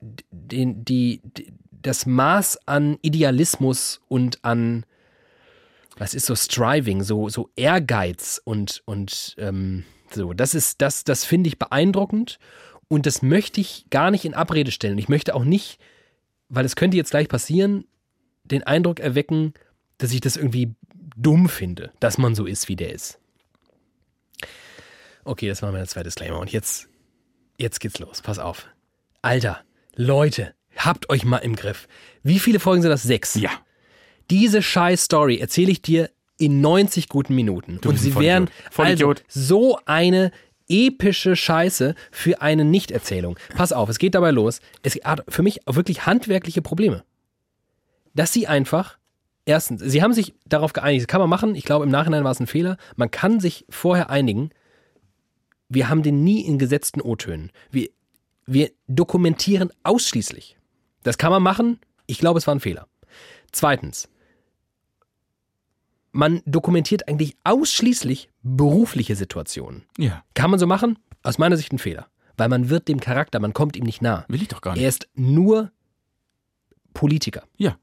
den, die, die, das Maß an Idealismus und an, was ist so Striving, so, so Ehrgeiz und, und ähm, so, das ist, das, das finde ich beeindruckend und das möchte ich gar nicht in Abrede stellen. Ich möchte auch nicht, weil es könnte jetzt gleich passieren, den Eindruck erwecken, dass ich das irgendwie dumm finde, dass man so ist, wie der ist. Okay, das war mein zweiter Disclaimer. Und jetzt, jetzt geht's los. Pass auf. Alter, Leute, habt euch mal im Griff. Wie viele Folgen sind das? Sechs. Ja. Diese scheiß Story erzähle ich dir in 90 guten Minuten. und bist ein sie wären Vollidiot. Vollidiot. Also so eine epische Scheiße für eine Nichterzählung. Pass auf, es geht dabei los. Es hat für mich wirklich handwerkliche Probleme. Dass sie einfach, erstens, sie haben sich darauf geeinigt, das kann man machen. Ich glaube, im Nachhinein war es ein Fehler. Man kann sich vorher einigen. Wir haben den nie in gesetzten O-Tönen. Wir, wir dokumentieren ausschließlich. Das kann man machen. Ich glaube, es war ein Fehler. Zweitens, man dokumentiert eigentlich ausschließlich berufliche Situationen. Ja. Kann man so machen? Aus meiner Sicht ein Fehler. Weil man wird dem Charakter, man kommt ihm nicht nah. Will ich doch gar nicht. Er ist nur Politiker. Ja.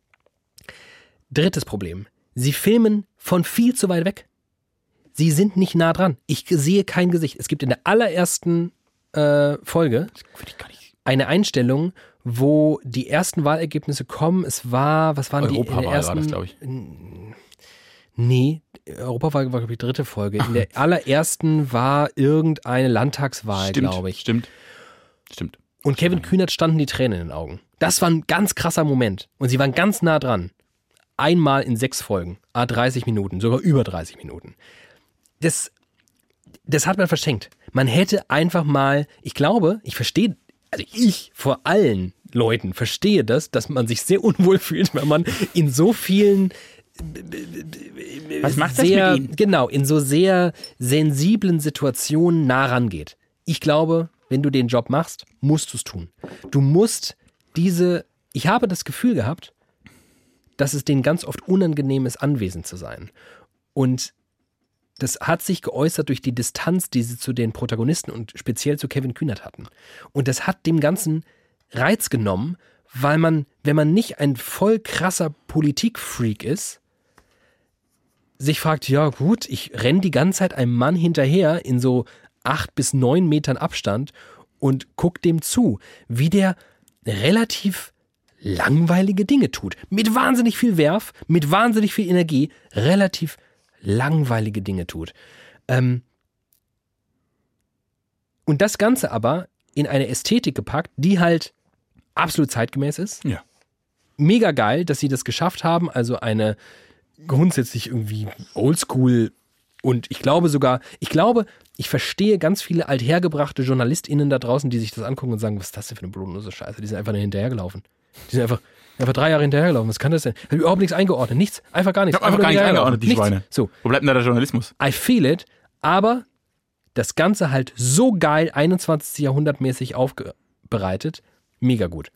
Drittes Problem. Sie filmen von viel zu weit weg. Sie sind nicht nah dran. Ich sehe kein Gesicht. Es gibt in der allerersten äh, Folge Würde ich gar nicht. eine Einstellung, wo die ersten Wahlergebnisse kommen. Es war, was waren die? in Europawahl der war ersten, das, glaub ich. Nee, Europawahl war, glaube ich, die dritte Folge. In der allerersten war irgendeine Landtagswahl, Stimmt, glaube ich. Stimmt. Stimmt. Und Kevin Kühnert standen die Tränen in den Augen. Das war ein ganz krasser Moment. Und sie waren ganz nah dran. Einmal in sechs Folgen, a 30 Minuten, sogar über 30 Minuten. Das, das hat man verschenkt. Man hätte einfach mal, ich glaube, ich verstehe, also ich vor allen Leuten verstehe das, dass man sich sehr unwohl fühlt, wenn man in so vielen Was macht Äh, sehr, das mit Ihnen? Genau, in so sehr sensiblen Situationen nah rangeht. Ich glaube, wenn du den Job machst, musst du es tun. Du musst diese, ich habe das Gefühl gehabt, dass es denen ganz oft unangenehm ist, anwesend zu sein. Und das hat sich geäußert durch die Distanz, die sie zu den Protagonisten und speziell zu Kevin Kühnert hatten. Und das hat dem Ganzen Reiz genommen, weil man, wenn man nicht ein voll krasser Politikfreak ist, sich fragt, ja gut, ich renne die ganze Zeit einem Mann hinterher in so acht bis neun Metern Abstand und guck dem zu, wie der relativ langweilige Dinge tut. Mit wahnsinnig viel Werf, mit wahnsinnig viel Energie, relativ langweilige Dinge tut. Ähm und das Ganze aber in eine Ästhetik gepackt, die halt absolut zeitgemäß ist. Ja. Mega geil, dass sie das geschafft haben, also eine grundsätzlich irgendwie oldschool und ich glaube sogar, ich glaube, ich verstehe ganz viele althergebrachte JournalistInnen da draußen, die sich das angucken und sagen, was ist das denn für eine bodenlose Scheiße? Die sind einfach nur hinterhergelaufen. Die sind einfach, einfach drei Jahre hinterhergelaufen. Was kann das denn? Hab überhaupt nichts eingeordnet. Nichts. Einfach gar nichts. Ich hab einfach gar nichts hinterhergelaufen. eingeordnet, die Nichts. Schweine. So. Wo bleibt denn da der Journalismus? I feel it, aber das Ganze halt so geil 21. Jahrhundertmäßig aufbereitet, mega gut.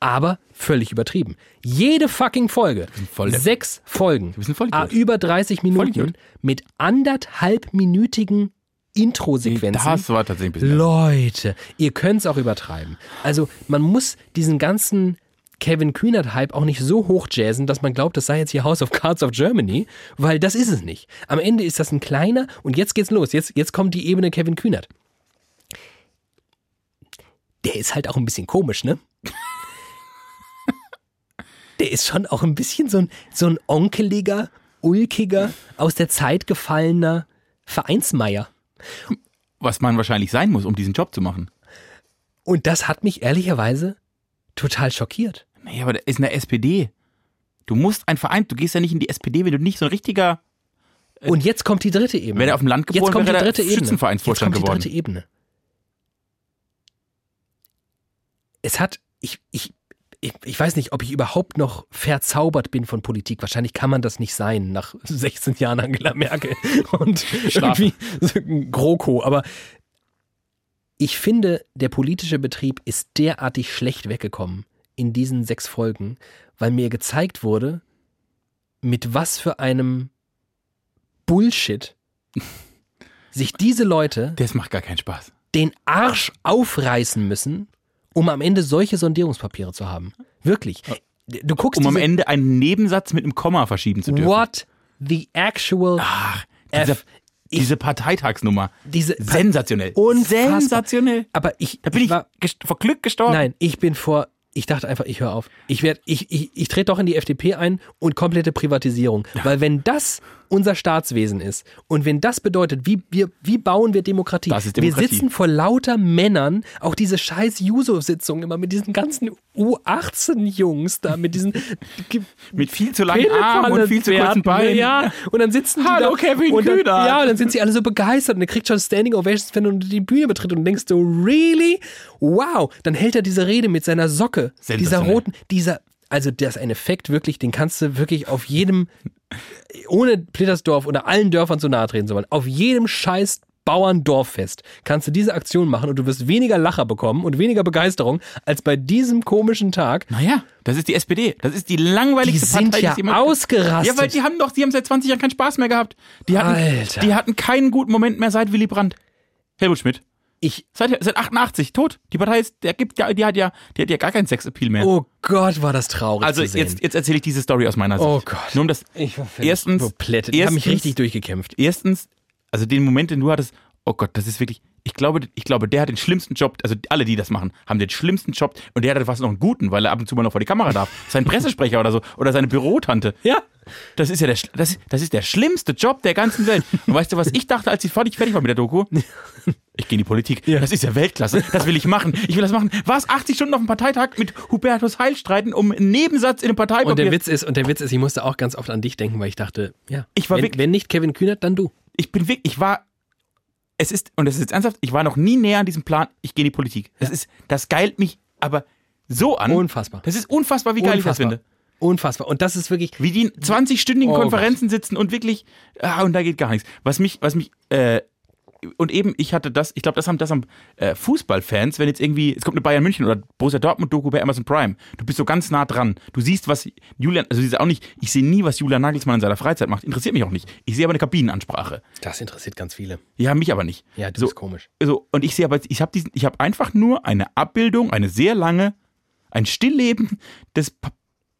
Aber völlig übertrieben. Jede fucking Folge, Volldepp. sechs Folgen, bist ein Vollidiot. ah, über 30 Minuten Vollidiot. mit anderthalbminütigen Intro-Sequenzen. Das war tatsächlich ein bisschen. Leute, ihr könnt es auch übertreiben. Also man muss diesen ganzen Kevin Kühnert-Hype auch nicht so hochjazzen, dass man glaubt, das sei jetzt hier House of Cards of Germany, weil das ist es nicht. Am Ende ist das ein kleiner und jetzt geht's los. Jetzt, jetzt kommt die Ebene Kevin Kühnert. Der ist halt auch ein bisschen komisch, ne? Der ist schon auch ein bisschen so ein, so ein onkeliger, ulkiger, aus der Zeit gefallener Vereinsmeier. Was man wahrscheinlich sein muss, um diesen Job zu machen. Und das hat mich ehrlicherweise total schockiert. Naja, aber der ist in der SPD. Du musst ein Verein, du gehst ja nicht in die SPD, wenn du nicht so ein richtiger. Und jetzt kommt die dritte Ebene. Wäre der Äh, auf dem Land jetzt geboren, kommt wäre die der dritte Ebene. Jetzt Schützenvereinsvorstand kommt die geworden. dritte Ebene. Es hat, ich, ich, ich, ich weiß nicht, ob ich überhaupt noch verzaubert bin von Politik. Wahrscheinlich kann man das nicht sein nach 16 Jahren Angela Merkel und Strafe. irgendwie GroKo. Aber ich finde, der politische Betrieb ist derartig schlecht weggekommen in diesen sechs Folgen, weil mir gezeigt wurde, mit was für einem Bullshit sich diese Leute Das macht gar keinen Spaß. den Arsch aufreißen müssen, um am Ende solche Sondierungspapiere zu haben. Wirklich. Du guckst Oh. Um am diese- Ende einen Nebensatz mit einem Komma verschieben zu dürfen. what the actual Ach, dieser, F. Ich, diese Parteitagsnummer. diese Sensationell. Unfassbar. Sensationell. aber ich, Da bin ich, war, gest- vor Glück gestorben. Nein, ich bin vor. Ich dachte einfach, ich höre auf. Ich werde, ich, ich, ich trete doch in die FDP ein und komplette Privatisierung. Weil wenn das unser Staatswesen ist und wenn das bedeutet, wie, wir, wie bauen wir Demokratie? Das ist Demokratie. Wir sitzen vor lauter Männern, auch diese scheiß Juso-Sitzung immer mit diesen ganzen U18-Jungs da, mit diesen ge- Mit viel zu langen Armen Pillepalle und viel zu kurzen werden, Beinen. Ja, und dann sitzen die Hallo, da, Kevin und dann, Kühnert. Ja, und dann sind sie alle so begeistert und er kriegt schon Standing Ovations, wenn du die Bühne betritt und denkst so, really? Wow. Dann hält er diese Rede mit seiner Socke, dieser Sensationell. roten, dieser, also das ist ein Effekt wirklich, den kannst du wirklich auf jedem, ohne Plittersdorf oder allen Dörfern zu nahe treten zu wollen, auf jedem scheiß Bauerndorffest kannst du diese Aktion machen und du wirst weniger Lacher bekommen und weniger Begeisterung als bei diesem komischen Tag. Naja, das ist die SPD. Das ist die Die langweiligste sind Partei, ja die es jemals- ausgerastet. Ja, weil die haben doch, die haben seit 20 Jahren keinen Spaß mehr gehabt. Die hatten, Alter. Die hatten keinen guten Moment mehr seit Willy Brandt. Helmut Schmidt. ich, Seit, seit 88, tot. Die Partei ist, der gibt, ja- die hat ja, die hat ja gar keinen Sexappeal mehr. Oh Gott, war das traurig also zu sehen. jetzt, jetzt erzähle ich diese Story aus meiner Sicht. Oh Gott. Nur um das, ich war völlig erstens, komplett. Ich habe mich erstens- richtig durchgekämpft. erstens, also den Moment, den du hattest, oh Gott, das ist wirklich, ich glaube, ich glaube, der hat den schlimmsten Job, also alle, die das machen, haben den schlimmsten Job und der hat fast noch einen guten, weil er ab und zu mal noch vor die Kamera darf. Sein Pressesprecher oder so oder seine Bürotante. Ja. Das ist ja der, sch- das, das ist der schlimmste Job der ganzen Welt. Und weißt du, was ich dachte, als ich fertig, fertig war mit der Doku? Ich gehe in die Politik. Das ist ja Weltklasse. Das will ich machen. Ich will das machen. Was? 80 Stunden auf dem Parteitag mit Hubertus Heil streiten, um einen Nebensatz in einem Parteipapier. Und der Witz ist, und der Witz ist, ich musste auch ganz oft an dich denken, weil ich dachte, ja, Ich war wenn, wirklich- wenn nicht Kevin Kühnert, dann du. ich bin wirklich, ich war, es ist, und das ist jetzt ernsthaft, ich war noch nie näher an diesem Plan, ich gehe in die Politik. Das ist, das geilt mich aber so an. Unfassbar. Das ist unfassbar, wie geil ich das finde. Unfassbar. Und das ist wirklich, Wie die in 20-stündigen Oh Konferenzen sitzen und wirklich, ah, und da geht gar nichts. Was mich, was mich, äh, und eben, ich hatte das, ich glaube, das haben, das haben äh, Fußballfans, wenn jetzt irgendwie, es kommt eine Bayern München oder Borussia Dortmund-Doku bei Amazon Prime, du bist so ganz nah dran. Du siehst, was Julian, also du siehst auch nicht, ich sehe nie, was Julian Nagelsmann in seiner Freizeit macht. Interessiert mich auch nicht. Ich sehe aber eine Kabinenansprache. das interessiert ganz viele. Ja, mich aber nicht. Ja, das so, ist komisch. so, und ich sehe aber, ich habe diesen, ich habe einfach nur eine Abbildung, eine sehr lange, ein Stillleben des p-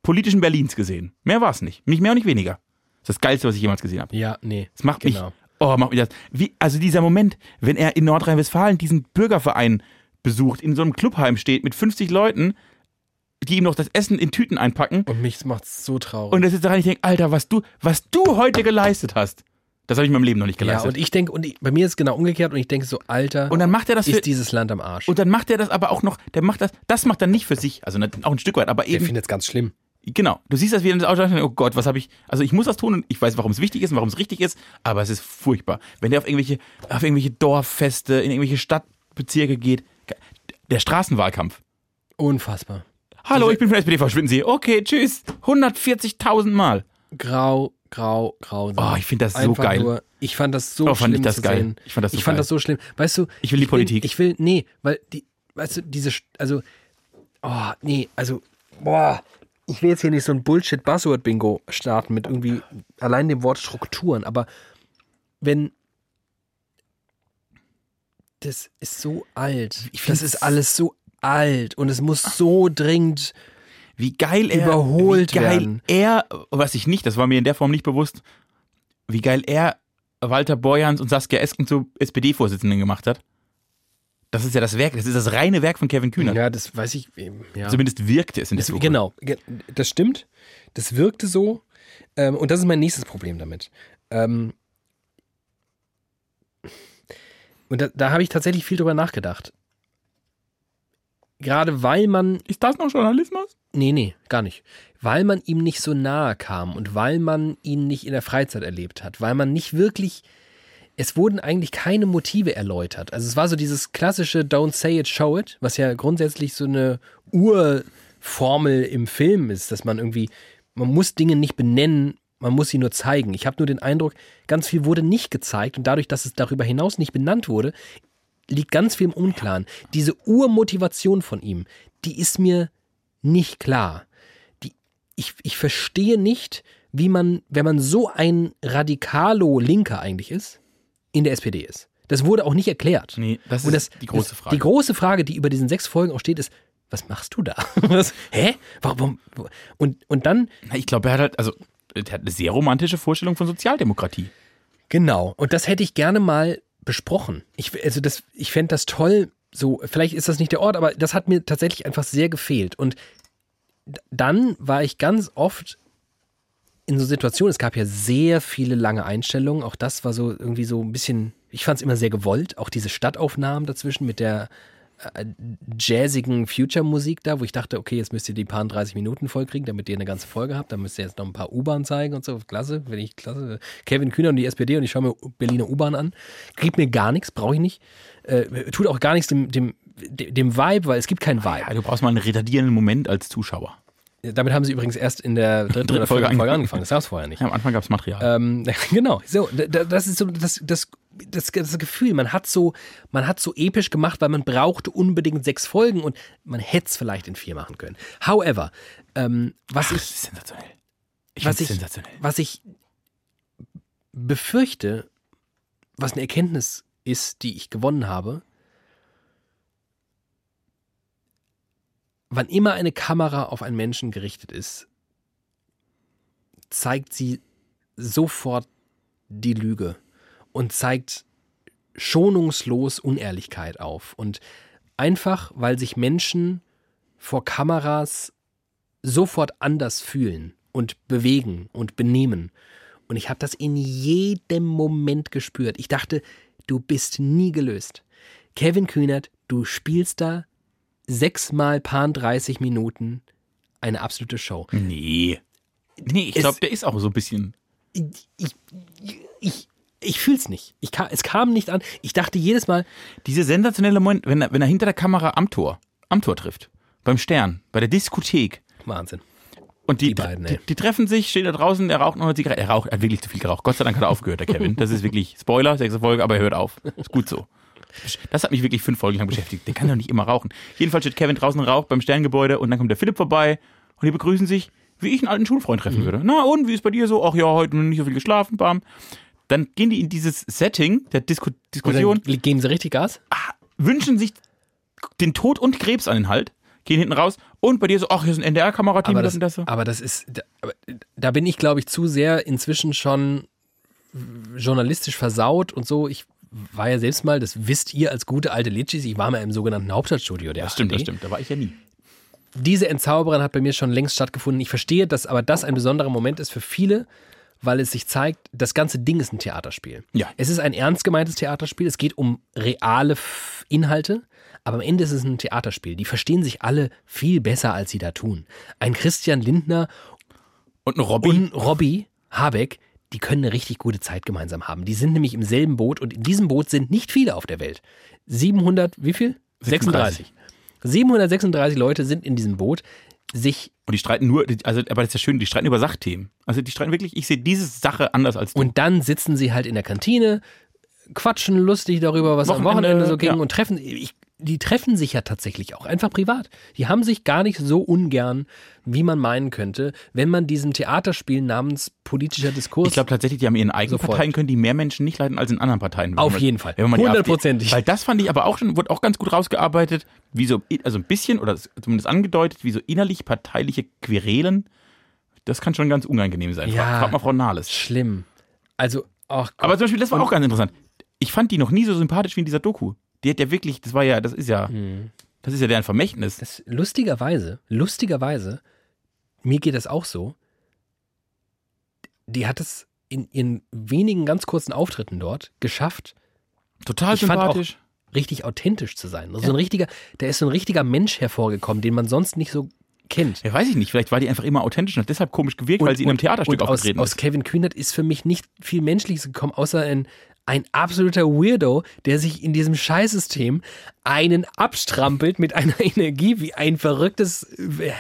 politischen Berlins gesehen. Mehr war es nicht. Nicht mehr und nicht weniger. Das ist das Geilste, was ich jemals gesehen habe. Ja, nee. Das macht Genau. mich. Oh, macht mich das. Wie, also dieser Moment, wenn er in Nordrhein-Westfalen diesen Bürgerverein besucht, in so einem Clubheim steht mit 50 Leuten, die ihm noch das Essen in Tüten einpacken. Und mich macht's so traurig. Und das ist daran, ich denke, Alter, was du, was du heute geleistet hast, das habe ich in meinem Leben noch nicht ja, geleistet. und ich denke, und ich, bei mir ist es genau umgekehrt und ich denke so, Alter, und dann macht er das für, ist dieses Land am Arsch. Und dann macht er das aber auch noch, der macht das, das macht er nicht für sich, also ne- auch ein Stück weit, aber der eben, findet es ganz schlimm. genau. Du siehst das wieder in das Auto und denkst, oh Gott, was habe ich, also ich muss das tun und ich weiß, warum es wichtig ist und warum es richtig ist, aber es ist furchtbar. Wenn der auf irgendwelche, auf irgendwelche Dorffeste, in irgendwelche Stadtbezirke geht, ge- der Straßenwahlkampf. Unfassbar. Hallo, Diese- ich bin von der SPD, verschwinden Sie. Okay, tschüss. 140.000 Mal. Grau, grau, grau. Oh, ich finde das so Einfach geil. Nur, ich fand das so Oh, fand schlimm ich das zu geil. sehen. Ich fand das so ich fand geil. das so schlimm. Weißt du, Ich will die Politik. Ich will, nee, weil die, weißt du, diese, Sch- also, oh, nee, also, boah, ich will jetzt hier nicht so ein Bullshit-Buzzword-Bingo starten mit irgendwie allein dem Wort Strukturen, aber wenn das ist so alt. Ich find's- Ah. das ist alles so alt und es muss so dringend Wie geil er, Überholt wie geil werden. er, was ich nicht, das war mir in der Form nicht bewusst, wie geil er Walter Borjans und Saskia Esken zur SPD-Vorsitzenden gemacht hat. Das ist ja das Werk, das ist das reine Werk von Kevin Kühner. Ja, das weiß ich. eben, Ja. Zumindest wirkte es in der Das, Doku. genau, ge- das stimmt. Das wirkte so. Ähm, und das ist mein nächstes Problem damit. Ähm, und da, da habe ich tatsächlich viel drüber nachgedacht. Gerade weil man Ist das noch Journalismus? Nee, nee, gar nicht. Weil man ihm nicht so nahe kam und weil man ihn nicht in der Freizeit erlebt hat, weil man nicht wirklich. Es wurden eigentlich keine Motive erläutert. Also es war so dieses klassische Don't say it, show it, was ja grundsätzlich so eine Urformel im Film ist, dass man irgendwie, man muss Dinge nicht benennen, man muss sie nur zeigen. Ich habe nur den Eindruck, ganz viel wurde nicht gezeigt und dadurch, dass es darüber hinaus nicht benannt wurde, liegt ganz viel im Unklaren. Diese Urmotivation von ihm, die ist mir nicht klar. Die, ich, ich verstehe nicht, wie man, wenn man so ein Radikalo-Linker eigentlich ist, in der SPD ist. Das wurde auch nicht erklärt. Nee, das Und ist die große das, Frage. Die große Frage, die über diesen sechs Folgen auch steht, ist, was machst du da? Was, hä? Warum? wo- Und, und dann, Na, Ich glaube, er hat halt, also, er hat eine sehr romantische Vorstellung von Sozialdemokratie. Genau. Und das hätte ich gerne mal besprochen. Ich, also das, ich fände das toll. So, vielleicht ist das nicht der Ort, aber das hat mir tatsächlich einfach sehr gefehlt. Und d- dann war ich ganz oft in so Situationen, es gab ja sehr viele lange Einstellungen. Auch das war so irgendwie so ein bisschen, ich fand es immer sehr gewollt. Auch diese Stadtaufnahmen dazwischen mit der äh, jazzigen Future-Musik da, wo ich dachte, okay, jetzt müsst ihr die paar 30 Minuten vollkriegen, damit ihr eine ganze Folge habt. Dann müsst ihr jetzt noch ein paar U-Bahn zeigen und so. Klasse, finde ich klasse. Kevin Kühner und die SPD und ich schaue mir Berliner U-Bahn an. Kriegt mir gar nichts, brauche ich nicht. Äh, tut auch gar nichts dem, dem, dem Vibe, weil es gibt keinen Vibe. Ja, Ah, du brauchst mal einen retardierenden Moment als Zuschauer. Damit haben sie übrigens erst in der dritten, Dritten oder Folge Folge, Folge angefangen. angefangen. Das gab es vorher nicht. Ja, am Anfang gab es Material. Ähm, genau, so, da- da- das ist so das, das, das, das Gefühl, man hat so, man hat so episch gemacht, weil man brauchte unbedingt sechs Folgen und man hätte es vielleicht in vier machen können. However, ähm, was Ach, ich das ist sensationell. Ich was find's ich- sensationell. was ich befürchte, was eine Erkenntnis ist, die ich gewonnen habe, wann immer eine Kamera auf einen Menschen gerichtet ist, zeigt sie sofort die Lüge und zeigt schonungslos Unehrlichkeit auf. Und einfach, weil sich Menschen vor Kameras sofort anders fühlen und bewegen und benehmen. Und ich habe das in jedem Moment gespürt. Ich dachte, du bist nie gelöst. Kevin Kühnert, du spielst da sechsmal paar 30 Minuten eine absolute Show. Nee. Nee, ich Es- glaube, der ist auch so ein bisschen. Ich, ich, ich, ich fühl's nicht. Ich ka- es kam nicht an. Ich dachte jedes Mal, Diese sensationelle Moment, wenn er, wenn er hinter der Kamera am Tor, am Tor trifft. Beim Stern, bei der Diskothek. Wahnsinn. Und die, Die beiden, die, ey. die treffen sich, stehen da draußen, er raucht noch eine Zigarette. Er raucht, er hat wirklich zu viel geraucht. Gott sei Dank hat er aufgehört, der Kevin. Das ist wirklich Spoiler, sechste Folge, aber er hört auf. Ist gut so. Das hat mich wirklich fünf Folgen lang beschäftigt. Der kann doch nicht immer rauchen. Jedenfalls steht Kevin draußen und raucht beim Sterngebäude und dann kommt der Philipp vorbei und die begrüßen sich, wie ich einen alten Schulfreund treffen Mhm. würde. Na und, wie ist bei dir so? Ach ja, heute nicht so viel geschlafen, bam. Dann gehen die in dieses Setting der Disku Und Diskussion dann geben sie richtig Gas. wünschen sich den Tod und Krebs an den Hals, gehen hinten raus und bei dir so, ach, hier ist ein NDR-Kamerateam, aber das das, und das so. aber das ist, da, aber da bin ich, glaube ich, zu sehr inzwischen schon journalistisch versaut und so. Ich war ja selbst mal, das wisst ihr als gute alte Litschis, ich war mal im sogenannten Hauptstadtstudio der ARD. stimmt, da war ich ja nie. Diese Entzauberin hat bei mir schon längst stattgefunden. Ich verstehe, dass aber das ein besonderer Moment ist für viele, weil es sich zeigt, das ganze Ding ist ein Theaterspiel. Ja. Es ist ein ernst gemeintes Theaterspiel. Es geht um reale F- Inhalte, aber am Ende ist es ein Theaterspiel. Die verstehen sich alle viel besser, als sie da tun. Ein Christian Lindner Und ein Robin. und Robby Habeck, die können eine richtig gute Zeit gemeinsam haben. Die sind nämlich im selben Boot und in diesem Boot sind nicht viele auf der Welt. 700, wie viel? 36. 736 Leute sind in diesem Boot, sich Und die streiten nur, die- also, aber das ist ja schön, die streiten über Sachthemen. Also die streiten wirklich, ich sehe diese Sache anders als du. und dann sitzen sie halt in der Kantine, quatschen lustig darüber, was am Wochenende, Wochenende so ging ja. und treffen. Ich, die treffen sich ja tatsächlich auch einfach privat. Die haben sich gar nicht so ungern, wie man meinen könnte, wenn man diesem Theaterspiel namens politischer Diskurs ich glaube tatsächlich, die haben ihren eigenen Sofort. Parteien, können die mehr Menschen nicht leiden als in anderen Parteien. Wenn Auf man- jeden Fall. wenn man die AfD Hundertprozentig. Weil das fand ich aber auch schon, wurde auch ganz gut rausgearbeitet, wie so, also ein bisschen, oder zumindest angedeutet, wie so innerlich parteiliche Querelen, das kann schon ganz unangenehm sein. Ja. Frag, frag mal Frau Nahles. schlimm. Also, ach Gott. Aber zum Beispiel, das war auch ganz interessant. Ich fand die noch nie so sympathisch wie in dieser Doku. Die hat ja wirklich, das war ja, das ist ja, das ist ja deren Vermächtnis. Mhm. Das, lustigerweise, lustigerweise, mir geht das auch so. Die hat es in ihren wenigen ganz kurzen Auftritten dort geschafft, Total Ich fand auch- sympathisch. richtig authentisch zu sein. Also ein richtiger, da ist so ein richtiger Mensch hervorgekommen, den man sonst nicht so kennt. Ja, weiß ich nicht, vielleicht war die einfach immer authentisch und hat deshalb komisch gewirkt, weil sie in einem Theaterstück und aus, aufgetreten aus ist. Kevin Kühnert ist für mich nicht viel Menschliches gekommen, außer ein, ein absoluter Weirdo, der sich in diesem Scheißsystem einen abstrampelt mit einer Energie wie ein verrücktes äh,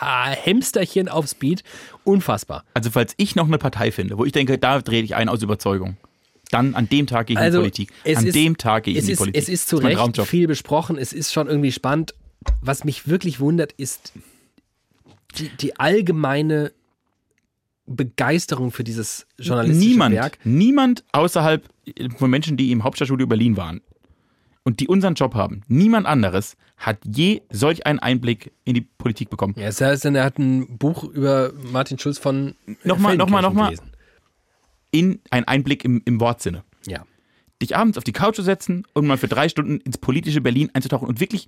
Ha- Hamsterchen auf Speed. Unfassbar. Also falls ich noch eine Partei finde, wo ich denke, da drehe ich ein aus Überzeugung, dann an dem Tag gehe ich Also, in die Politik. es An ist- dem Tag gehe ich Es in die ist, Politik. es ist zu Das mein Recht Traumjob. viel besprochen, es ist schon irgendwie spannend. Was mich wirklich wundert, ist die, die allgemeine Begeisterung für dieses journalistische Niemand, Werk. niemand außerhalb äh, von Menschen, die im Hauptstadtstudio Berlin waren und die unseren Job haben, niemand anderes hat je solch einen Einblick in die Politik bekommen. Ja, das heißt, er hat ein Buch über Martin Schulz von äh, Nochmal, Feldenkirchen nochmal, nochmal. gelesen. in ein Einblick im, im Wortsinne. Ja. Dich abends auf die Couch zu setzen und mal für drei Stunden ins politische Berlin einzutauchen und wirklich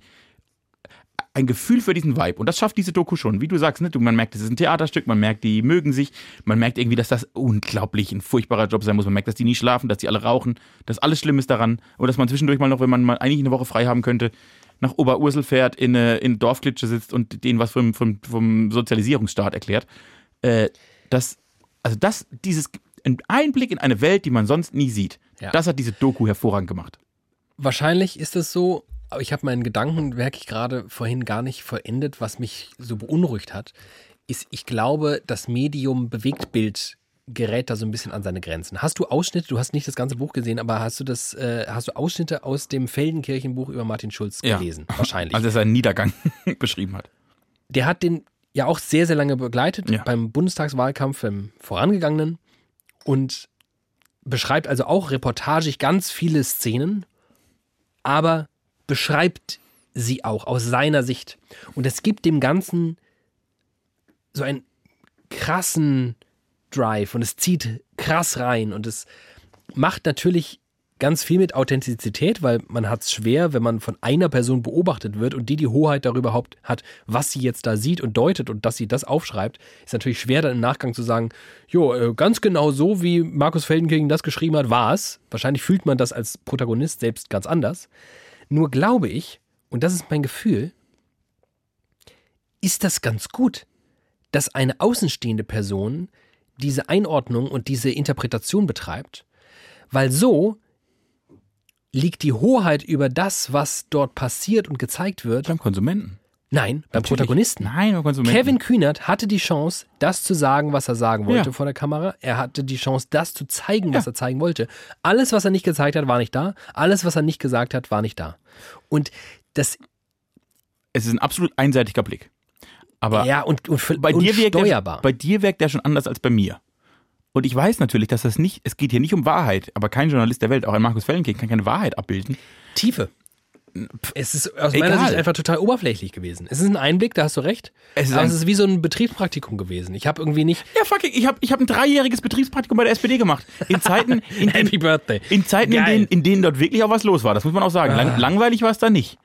ein Gefühl für diesen Vibe. Und das schafft diese Doku schon. Wie du sagst, ne? du, man merkt, es ist ein Theaterstück, man merkt, die mögen sich, man merkt irgendwie, dass das unglaublich ein furchtbarer Job sein muss. Man merkt, dass die nie schlafen, dass die alle rauchen, dass alles schlimm ist daran. Und dass man zwischendurch mal noch, wenn man mal eigentlich eine Woche frei haben könnte, nach Oberursel fährt, in eine, in eine Dorfklitsche sitzt und denen was vom, vom, vom Sozialisierungsstaat erklärt. Äh, das, also das, dieses ein Einblick in eine Welt, die man sonst nie sieht, Ja. das hat diese Doku hervorragend gemacht. Wahrscheinlich ist es so, aber ich habe meinen Gedanken wirklich gerade vorhin gar nicht vollendet, was mich so beunruhigt hat, ist, ich glaube, das Medium Bewegtbild gerät da so ein bisschen an seine Grenzen. Hast du Ausschnitte, du hast nicht das ganze Buch gesehen, aber hast du das, äh, hast du Ausschnitte aus dem Feldenkirchenbuch über Martin Schulz Ja. gelesen? Wahrscheinlich. Also, dass er einen Niedergang beschrieben hat. der hat den ja auch sehr, sehr lange begleitet Ja. beim Bundestagswahlkampf im vorangegangenen und beschreibt also auch reportagig ganz viele Szenen, aber beschreibt sie auch aus seiner Sicht. Und es gibt dem Ganzen so einen krassen Drive und es zieht krass rein und es macht natürlich ganz viel mit Authentizität, weil man hat es schwer, wenn man von einer Person beobachtet wird und die die Hoheit darüber überhaupt hat, was sie jetzt da sieht und deutet und dass sie das aufschreibt, ist natürlich schwer dann im Nachgang zu sagen, jo, äh, ganz genau so, wie Markus Feldenkirchen das geschrieben hat, war es. Wahrscheinlich fühlt man das als Protagonist selbst ganz anders. Nur glaube ich, und das ist mein Gefühl, ist das ganz gut, dass eine außenstehende Person diese Einordnung und diese Interpretation betreibt, weil so liegt die Hoheit über das, was dort passiert und gezeigt wird. Beim Konsumenten. Nein, beim Natürlich. Protagonisten. Nein, beim Konsumenten. Kevin Kühnert hatte die Chance, das zu sagen, was er sagen wollte Ja. vor der Kamera. Er hatte die Chance, das zu zeigen, was er zeigen wollte. Alles, was er nicht gezeigt hat, war nicht da. Alles, was er nicht gesagt hat, war nicht da. Und das, Es ist ein absolut einseitiger Blick. Aber ja, und, und, für- Ah. bei, und dir wirkt der, steuerbar. bei dir wirkt der schon anders als bei mir. Und ich weiß natürlich, dass das nicht, es geht hier nicht um Wahrheit, aber kein Journalist der Welt, auch ein Markus Fellenkirchen, kann keine Wahrheit abbilden. Tiefe. Es ist aus meiner Egal. Sicht einfach total oberflächlich gewesen. Es ist ein Einblick, da hast du recht. Es ist aber ein- es ist wie so ein Betriebspraktikum gewesen. Ich habe irgendwie nicht. Ja, fucking, ich habe ich hab ein dreijähriges Betriebspraktikum bei der SPD gemacht. In Zeiten, in denen, Happy Birthday. in, Zeiten in, Geil. denen, in denen dort wirklich auch was los war. Das muss man auch sagen. Lang, langweilig war es da nicht.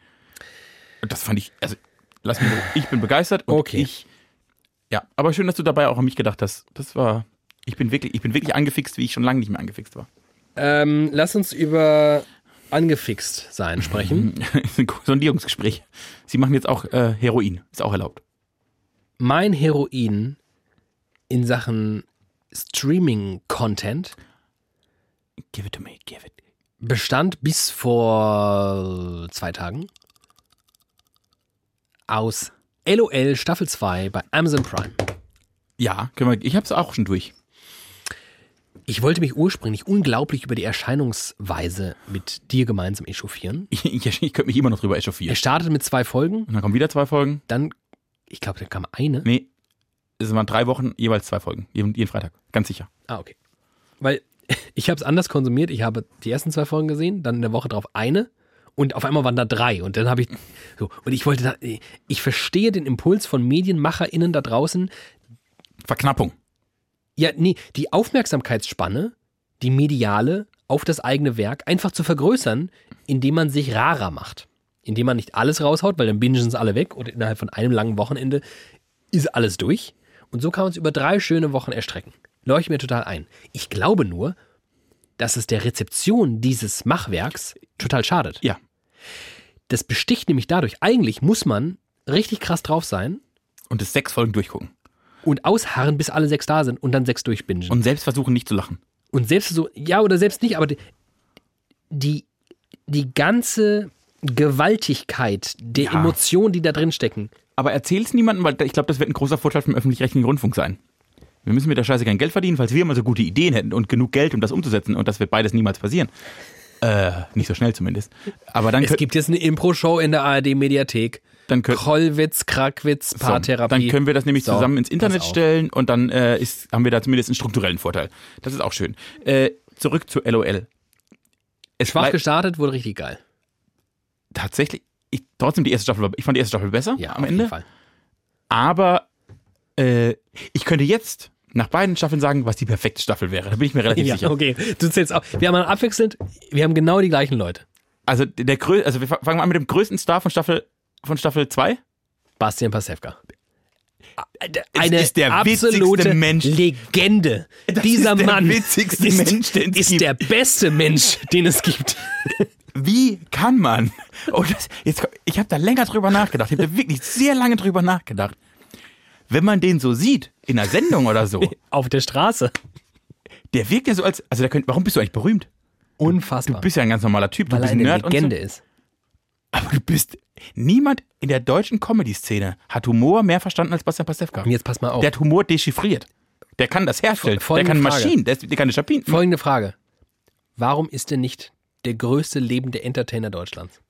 Und Das fand ich, also, lass mich, ich bin begeistert und Okay. ich, ja, aber schön, dass du dabei auch an mich gedacht hast. Das war, ich bin wirklich, ich bin wirklich angefixt, wie ich schon lange nicht mehr angefixt war. Ähm, lass uns über angefixt sein sprechen. ist ein Sondierungsgespräch. Sie machen jetzt auch äh, Heroin. Ist auch erlaubt. mein Heroin in Sachen Streaming-Content Give it to me, give it. bestand bis vor zwei Tagen aus LOL Staffel 2 bei Amazon Prime. Ja, können wir, ich hab's auch schon durch. Ich wollte mich ursprünglich unglaublich über die Erscheinungsweise mit dir gemeinsam echauffieren. Ich, ich, ich könnte mich immer noch drüber echauffieren. Er startete mit zwei Folgen, Und dann kommen wieder zwei Folgen. dann, ich glaube, da kam eine. Nee, es waren drei Wochen, jeweils zwei Folgen. Jeden, jeden Freitag, ganz sicher. Ah, okay. Weil ich habe es anders konsumiert. Ich habe die ersten zwei Folgen gesehen, dann in der Woche drauf eine und auf einmal waren da drei. Und dann habe ich so, und ich wollte, da, ich verstehe den Impuls von MedienmacherInnen da draußen. Verknappung. Ja, nee, die Aufmerksamkeitsspanne, die mediale, auf das eigene Werk einfach zu vergrößern, indem man sich rarer macht. Indem man nicht alles raushaut, weil dann bingen es alle weg und innerhalb von einem langen Wochenende ist alles durch. Und so kann man es über drei schöne Wochen erstrecken. Leuchtet mir total ein. Ich glaube nur, dass es der Rezeption dieses Machwerks total schadet. Ja. Das besticht nämlich dadurch. Eigentlich muss man richtig krass drauf sein Und das sechs Folgen durchgucken. und ausharren, bis alle sechs da sind und dann sechs durchbingen. Und selbst versuchen, nicht zu lachen. und selbst so, ja oder selbst nicht, aber die- die, die ganze Gewaltigkeit der Ja. Emotionen, die da drin stecken, Aber erzähl's niemandem, weil ich glaube, das wird ein großer Vorteil vom öffentlich-rechtlichen Rundfunk sein. Wir müssen mit der Scheiße kein Geld verdienen, falls wir mal so gute Ideen hätten und genug Geld, um das umzusetzen. Und das wird beides niemals passieren. Äh, nicht so schnell zumindest. Aber dann Es gibt jetzt eine Impro-Show in der ARD-Mediathek. Dann könnt- Kollwitz, Krackwitz, So, Paartherapie. Dann können wir das nämlich So, zusammen ins Internet pass auf. stellen und dann äh, ist, haben wir da zumindest einen strukturellen Vorteil. Das ist auch schön. Äh, zurück zu LOL. Es Schwach war gestartet, wurde richtig geil. tatsächlich, ich, trotzdem die erste Staffel, war- ich fand die erste Staffel besser Ja, am auf Ende. jeden Fall. Aber äh, ich könnte jetzt nach beiden Staffeln sagen, was die perfekte Staffel wäre. Da bin ich mir relativ Ja, sicher. okay. Du zählst auch. Wir haben mal abwechselnd, wir haben genau die gleichen Leute. Also der grö also wir fa- fangen mal an mit dem größten Star von Staffel von Staffel 2. Bastian Pasewka. Ah, Äh, Es ist der witzigste Mensch. Legende. Das Dieser ist der Mann witzigste ist, Mensch, den es ist gibt. der beste Mensch, den es gibt. Wie kann man? Oh, das, jetzt, komm- ich habe da länger drüber nachgedacht. Ich habe da wirklich sehr lange drüber nachgedacht. Wenn man den so sieht, in einer Sendung oder so, Auf der Straße. der wirkt ja so als. Also, der könnte, warum bist du eigentlich berühmt? Unfassbar. Du bist ja ein ganz normaler Typ. Du weil er bist ein eine Nerd Legende und ist. so. Aber du bist. Niemand in der deutschen Comedy-Szene hat Humor mehr verstanden als Bastian Pastewka. Und jetzt pass mal auf. Der hat Humor dechiffriert. Der kann das herstellen. Fol- Der kann folgende Maschinen. Der, ist- der kann Oh. eine Schapin. Folgende Frage. Warum ist er nicht der größte lebende Entertainer Deutschlands?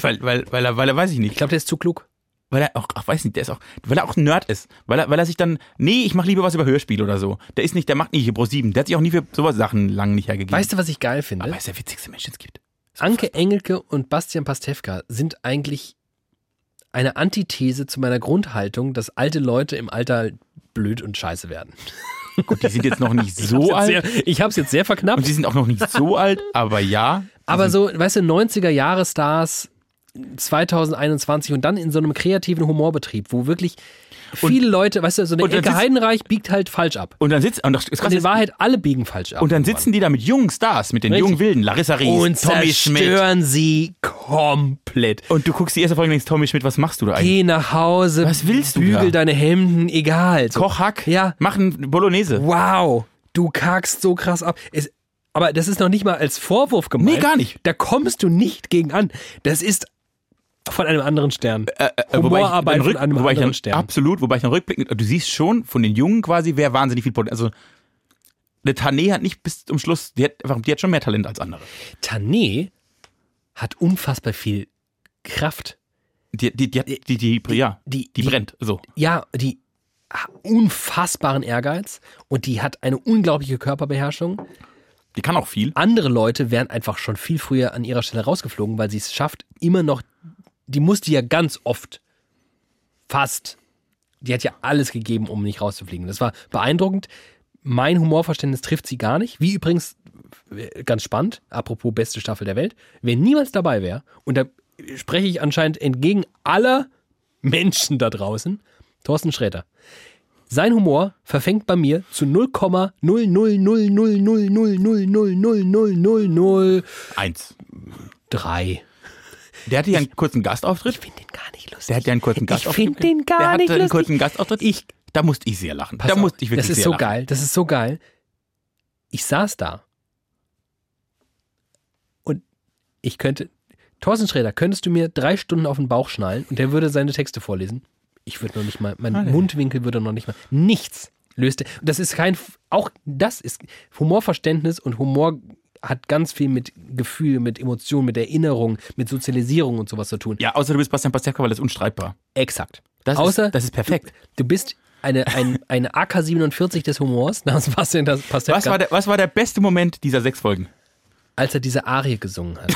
Weil, weil, weil, er, weil er, weiß ich nicht. Ich glaube, der ist zu klug. Weil er auch, ach, weiß nicht, der ist auch, weil er auch ein Nerd ist. Weil er, weil er sich dann, nee, ich mache lieber was über Hörspiel oder so. Der ist nicht, der macht nicht hier Pro7. Der hat sich auch nie für sowas Sachen lang nicht hergegeben. Weißt du, was ich geil finde? Aber er ist der witzigste Mensch, den es gibt. Anke Engelke und Bastian Pastewka sind eigentlich eine Antithese zu meiner Grundhaltung, dass alte Leute im Alter blöd und scheiße werden. Gut, die sind jetzt noch nicht so Jetzt alt Sehr, ich habe es jetzt sehr verknappt. und die sind auch noch nicht so alt, aber ja. Aber so, weißt du, 90er Jahre Stars 2021 und dann in so einem kreativen Humorbetrieb, wo wirklich viele Leute, weißt du, so und eine dann Ecke sitzt- Heidenreich biegt halt falsch ab. Und dann sitzt und, das, das Und Krasse in ist, Wahrheit, alle biegen falsch ab. und dann sitzen die da mit jungen Stars, mit den Richtig. jungen Wilden, Larissa Ries, und Tommy Schmidt. zerstören sie komplett. Und du guckst die erste Folge und denkst, Tommy Schmidt, was machst du da eigentlich? Geh nach Hause, Was willst du bügel da? deine Hemden, egal. So. Koch Hack, Ja. mach ein Bolognese. Wow, du kackst so krass ab. Es, aber das ist noch nicht mal als Vorwurf gemeint. Nee, gar nicht. Da kommst du nicht gegen an. Das ist von einem anderen Stern. Äh, Humorarbeit dann von rück- einem wobei ich anderen dann, Stern. Absolut, wobei ich dann rückblickend, du siehst schon von den Jungen quasi, wer wahnsinnig viel Potenzial. Also, eine Tané hat nicht bis zum Schluss, die hat, einfach, die hat schon mehr Talent als andere. Tané hat unfassbar viel Kraft. Die, die, die, hat, die, die, ja, die- die die- brennt. So. Ja, die ha- unfassbaren Ehrgeiz und die hat eine unglaubliche Körperbeherrschung. Die kann auch viel. Andere Leute wären einfach schon viel früher an ihrer Stelle rausgeflogen, weil sie es schafft, immer noch, die musste ja ganz oft fast, die hat ja alles gegeben, um nicht rauszufliegen. Das war beeindruckend. Mein Humorverständnis trifft sie gar nicht. Wie übrigens, äh, ganz spannend, apropos beste Staffel der Welt, wenn niemals dabei wäre, und da spreche ich anscheinend entgegen aller Menschen da draußen, Thorsten Sträter. Sein Humor verfängt bei mir zu 0,0000000000003. Eins. Der hatte ja einen kurzen Gastauftritt. Ich finde den gar nicht lustig. Der hat ja einen kurzen Ich Gastauftritt. finde den gar der hatte nicht einen lustig. kurzen Gastauftritt. Ich- da musste ich sehr lachen. Pass da auf, musste ich wirklich Das ist sehr so lachen. geil. Das ist so geil. Ich saß da und ich könnte. Thorsten Schrader, könntest du mir drei Stunden auf den Bauch schnallen und der würde seine Texte vorlesen? Ich würde noch nicht mal, mein Mundwinkel würde noch nicht mal. Nichts löste. Und das ist kein, auch das ist Humorverständnis und Humor hat ganz viel mit Gefühl, mit Emotion, mit Erinnerung, mit Sozialisierung und sowas zu tun. Ja, außer du bist Bastian Pastewka, weil das ist unstreitbar. Exakt. Das Außer ist, das ist perfekt. Du bist eine, ein, eine AK-47 des Humors, namens Bastian das Pastewka, Was war, der, was war der beste Moment dieser sechs Folgen? als er diese Arie gesungen hat.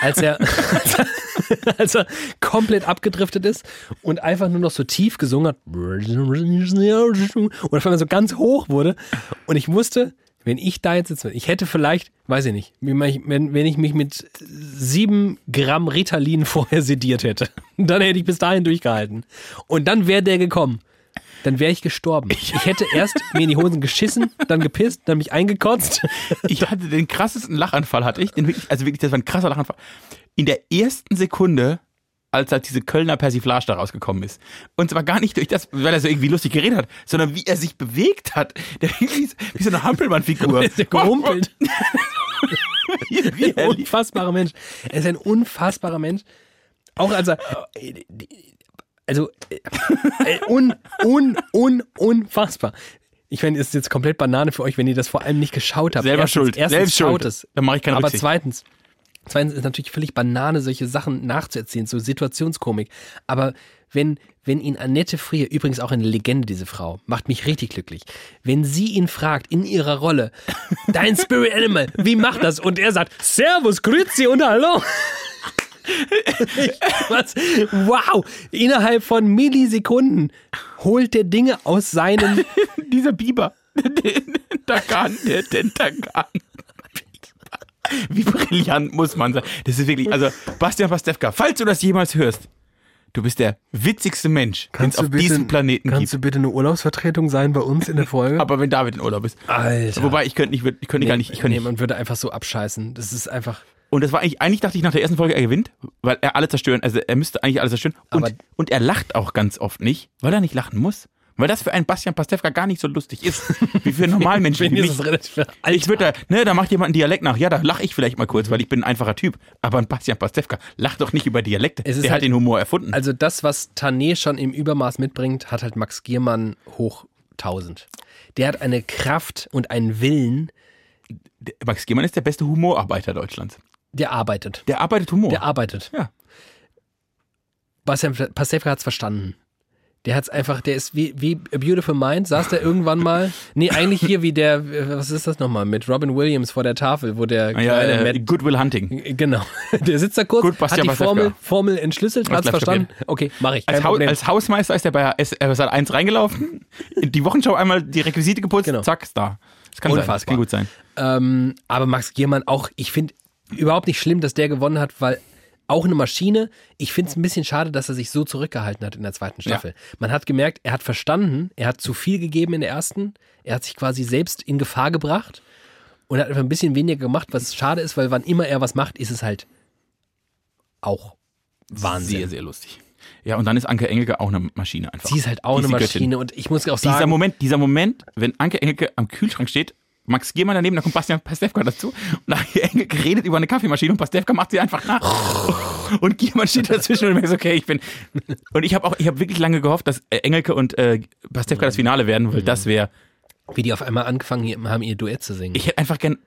als, er, als, er, als er komplett abgedriftet ist und einfach nur noch so tief gesungen hat. Und auf einmal so ganz hoch wurde. Und ich wusste, wenn ich da jetzt sitze, ich hätte vielleicht, weiß ich nicht, wie man- wenn, wenn ich mich mit sieben Gramm Ritalin vorher sediert hätte, dann hätte ich bis dahin durchgehalten. Und dann wäre der gekommen. Dann wäre ich gestorben. Ich hätte erst mir in die Hosen geschissen, dann gepisst, dann mich eingekotzt. Ich hatte den krassesten Lachanfall, hatte ich. Den wirklich, also wirklich, das war ein krasser Lachanfall. In der ersten Sekunde, als halt diese Kölner Persiflage da rausgekommen ist. Und zwar gar nicht durch das, weil er so irgendwie lustig geredet hat, sondern wie er sich bewegt hat. Der wie, so- wie so eine Hampelmann-Figur. Ist der gerumpelt. Wie, wie ein er lief. unfassbarer Mensch. Er ist ein unfassbarer Mensch. Auch als er. Also, äh, un, un, un, unfassbar. Ich meine, ist jetzt komplett Banane für euch, wenn ihr das vor allem nicht geschaut habt. Selber erstens, schuld. Erstens Selbst schaut schuld. es. Dann mache ich keine Aber Rücksicht. zweitens, zweitens ist natürlich völlig Banane, solche Sachen nachzuerzählen, so Situationskomik. Aber wenn, wenn ihn Annette Frier, übrigens auch eine Legende, diese Frau, macht mich richtig glücklich. Wenn sie ihn fragt, in ihrer Rolle, dein Spirit Animal, wie macht das? Und er sagt, Servus, Grüezi und Hallo. Was? Wow! Innerhalb von Millisekunden holt der Dinge aus seinem Dieser Biber. Den Takan, der den Takan. Wie brillant muss man sein. Das ist wirklich, also Bastian Pastewka, falls du das jemals hörst, du bist der witzigste Mensch, den es auf diesem Planeten gibt. Kannst du bitte eine Urlaubsvertretung sein bei uns in der Folge? Aber wenn David in Urlaub ist. Alter. Wobei, ich könnte nicht, wir- ich könnte gar nicht, ich könnte nee, nicht. man würde einfach so abscheißen. Das ist einfach. Und das war eigentlich, eigentlich dachte ich nach der ersten Folge, er gewinnt, weil er alle zerstören, also er müsste eigentlich alles zerstören. Aber- Und, und er lacht auch ganz oft nicht, weil er nicht lachen muss. Weil das für einen Bastian Pastewka gar nicht so lustig ist, wie für einen normalen Menschen. wie Wenn ihr mich. das relativ Ich würde da, ne, da macht jemand einen Dialekt nach. Ja, da lache ich vielleicht mal kurz, weil ich bin ein einfacher Typ. Aber ein Bastian Pastewka lacht doch nicht über Dialekte. Es Der ist hat halt- den Humor erfunden. Also das, was Tané schon im Übermaß mitbringt, hat halt Max Giermann hoch 1000. Der hat eine Kraft und einen Willen, Max Gehmann ist der beste Humorarbeiter Deutschlands. der arbeitet. Der arbeitet Humor. Der arbeitet. Ja. Bastian Pastewka hat es verstanden. Der hat's einfach, der ist wie, wie A Beautiful Mind, saß der irgendwann mal. Nee, eigentlich hier wie der, äh, was ist das nochmal, mit Robin Williams vor der Tafel, wo der Ja, kleine äh, Matt Goodwill Hunting. Genau. Der sitzt da kurz, Gut, hat Bastian die Pastewka. Formel, Formel entschlüsselt, hat's bleibt verstanden. Okay, mache ich. Kein Als, Hau Problem. als Hausmeister ist er bei SR1 reingelaufen, in die Wochenschau einmal die Requisite geputzt, Genau. zack, ist da. Das kann, sein. Das Unfassbar. kann gut sein. ähm, aber Max Giermann auch, ich finde überhaupt nicht schlimm, dass der gewonnen hat, weil auch eine Maschine, ich finde es ein bisschen schade, dass er sich so zurückgehalten hat in der zweiten Staffel. Man hat gemerkt, er hat verstanden, er hat zu viel gegeben in der ersten, er hat sich quasi selbst in Gefahr gebracht und hat einfach ein bisschen weniger gemacht, was schade ist, weil wann immer er was macht, ist es halt auch Wahnsinn. Sehr, sehr lustig. Ja, und dann ist Anke Engelke auch eine Maschine einfach. Sie ist halt auch Die eine ist die Göttin. Maschine und ich muss auch Dieser sagen, Moment, dieser Moment, wenn Anke Engelke am Kühlschrank steht, Max Giermann daneben, dann kommt Bastian Pastewka dazu und Anke Engelke redet über eine Kaffeemaschine und Pastewka macht sie einfach nach. Und Giermann steht dazwischen und merkt, so, okay, ich bin. Und ich habe auch, ich habe wirklich lange gehofft, dass äh, Engelke und äh, Pastewka das Finale werden, Mhm. weil das wäre, wie die auf einmal angefangen haben, ihr Duett zu singen. ich hätte einfach gern,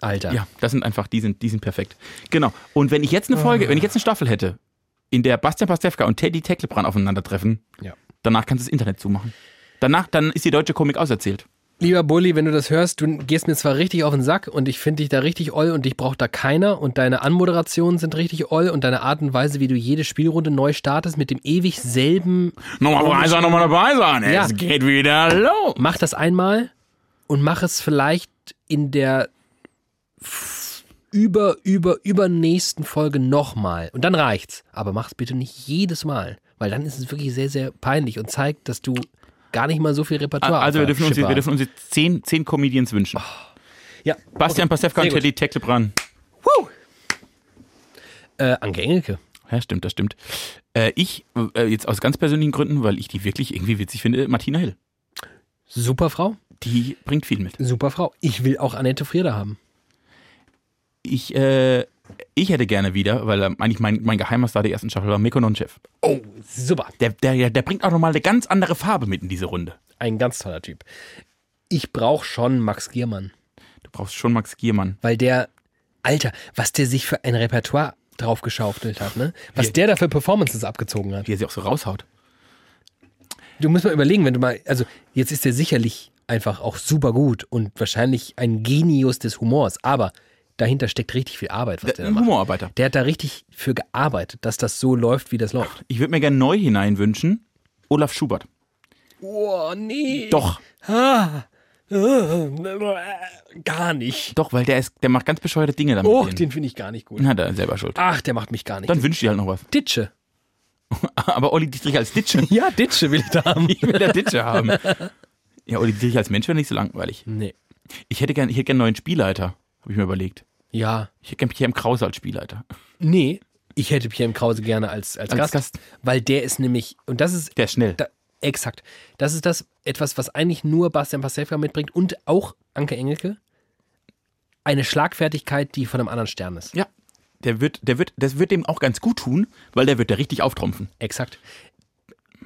Alter. ja, das sind einfach, die sind, die sind perfekt. Genau. Und wenn ich jetzt eine Folge, wenn ich jetzt eine Staffel hätte, in der Bastian Pastewka und Teddy Tecklebrand aufeinandertreffen, Ja. danach kannst du das Internet zumachen. Danach, dann ist die deutsche Komik auserzählt. Lieber Bulli, wenn du das hörst, du gehst mir zwar richtig auf den Sack und ich finde dich da richtig oll und dich braucht da keiner und deine Anmoderationen sind richtig oll und deine Art und Weise, wie du jede Spielrunde neu startest mit dem ewig selben, Nochmal dabei sein, nochmal dabei sein. Ja. Es geht wieder los. mach das einmal und mach es vielleicht in der f- über, über, übernächsten Folge nochmal und dann reicht's. Aber mach's bitte nicht jedes Mal, weil dann ist es wirklich sehr, sehr peinlich und zeigt, dass du gar nicht mal so viel Repertoire Also wir dürfen uns, verschippert wir hast. dürfen uns jetzt zehn, zehn Comedians wünschen. ja. Bastian Pastewka und Oh, sehr gut. Teddy Tecklebrand. äh, Anke Engelke. Ja, stimmt, das stimmt. Äh, ich, äh, jetzt aus ganz persönlichen Gründen, weil ich die wirklich irgendwie witzig finde, Martina Hill. Super Frau. Die bringt viel mit. Super Frau. Ich will auch Annette Frieda haben. Ich, äh, ich hätte gerne wieder, weil ähm, eigentlich mein, mein geheimer Star der ersten Staffel war Mirko Nonchev. Oh, super. Der, der, der bringt auch nochmal eine ganz andere Farbe mit in diese Runde. Ein ganz toller Typ. Ich brauche schon Max Giermann, Du brauchst schon Max Giermann. weil der, Alter, was der sich für ein Repertoire draufgeschaufelt hat, ne? Was der da für Performances abgezogen hat. Wie er sie auch so raushaut. Du musst mal überlegen, wenn du mal, also jetzt ist der sicherlich einfach auch super gut und wahrscheinlich ein Genius des Humors, aber dahinter steckt richtig viel Arbeit, was der da Ein macht. Humorarbeiter. Der hat da richtig für gearbeitet, dass das so läuft, wie das läuft. Ich würde mir gerne neu hineinwünschen, Olaf Schubert. Oh, nee. Doch, Ah, äh, gar nicht. doch, weil der ist, der macht ganz bescheuerte Dinge damit. Oh, den finde ich gar nicht gut. hat er selber schuld. Ach, der macht mich gar nicht. Dann wünscht dir halt noch was. Ditsche. Aber Olli Dietrich als Ditsche. Ja, Ditsche will ich da haben. Ich will der Ditsche haben. Ja, Olli Dietrich als Mensch wäre nicht so langweilig. Nee. Ich hätte gerne, ich hätte gern einen neuen Spielleiter, habe ich mir überlegt. Ja. Ich hätte gerne Pierre M. Krause als Spielleiter. Nee, ich hätte Pierre M. Krause gerne als, als, Als Gast, Gast. Weil der ist nämlich, und das ist, Der ist schnell. da, exakt, das ist das etwas, was eigentlich nur Bastian Pastewka mitbringt und auch Anke Engelke. Eine Schlagfertigkeit, die von einem anderen Stern ist. Ja. Der wird, der wird, das wird dem auch ganz gut tun, weil der wird da richtig auftrumpfen. Exakt.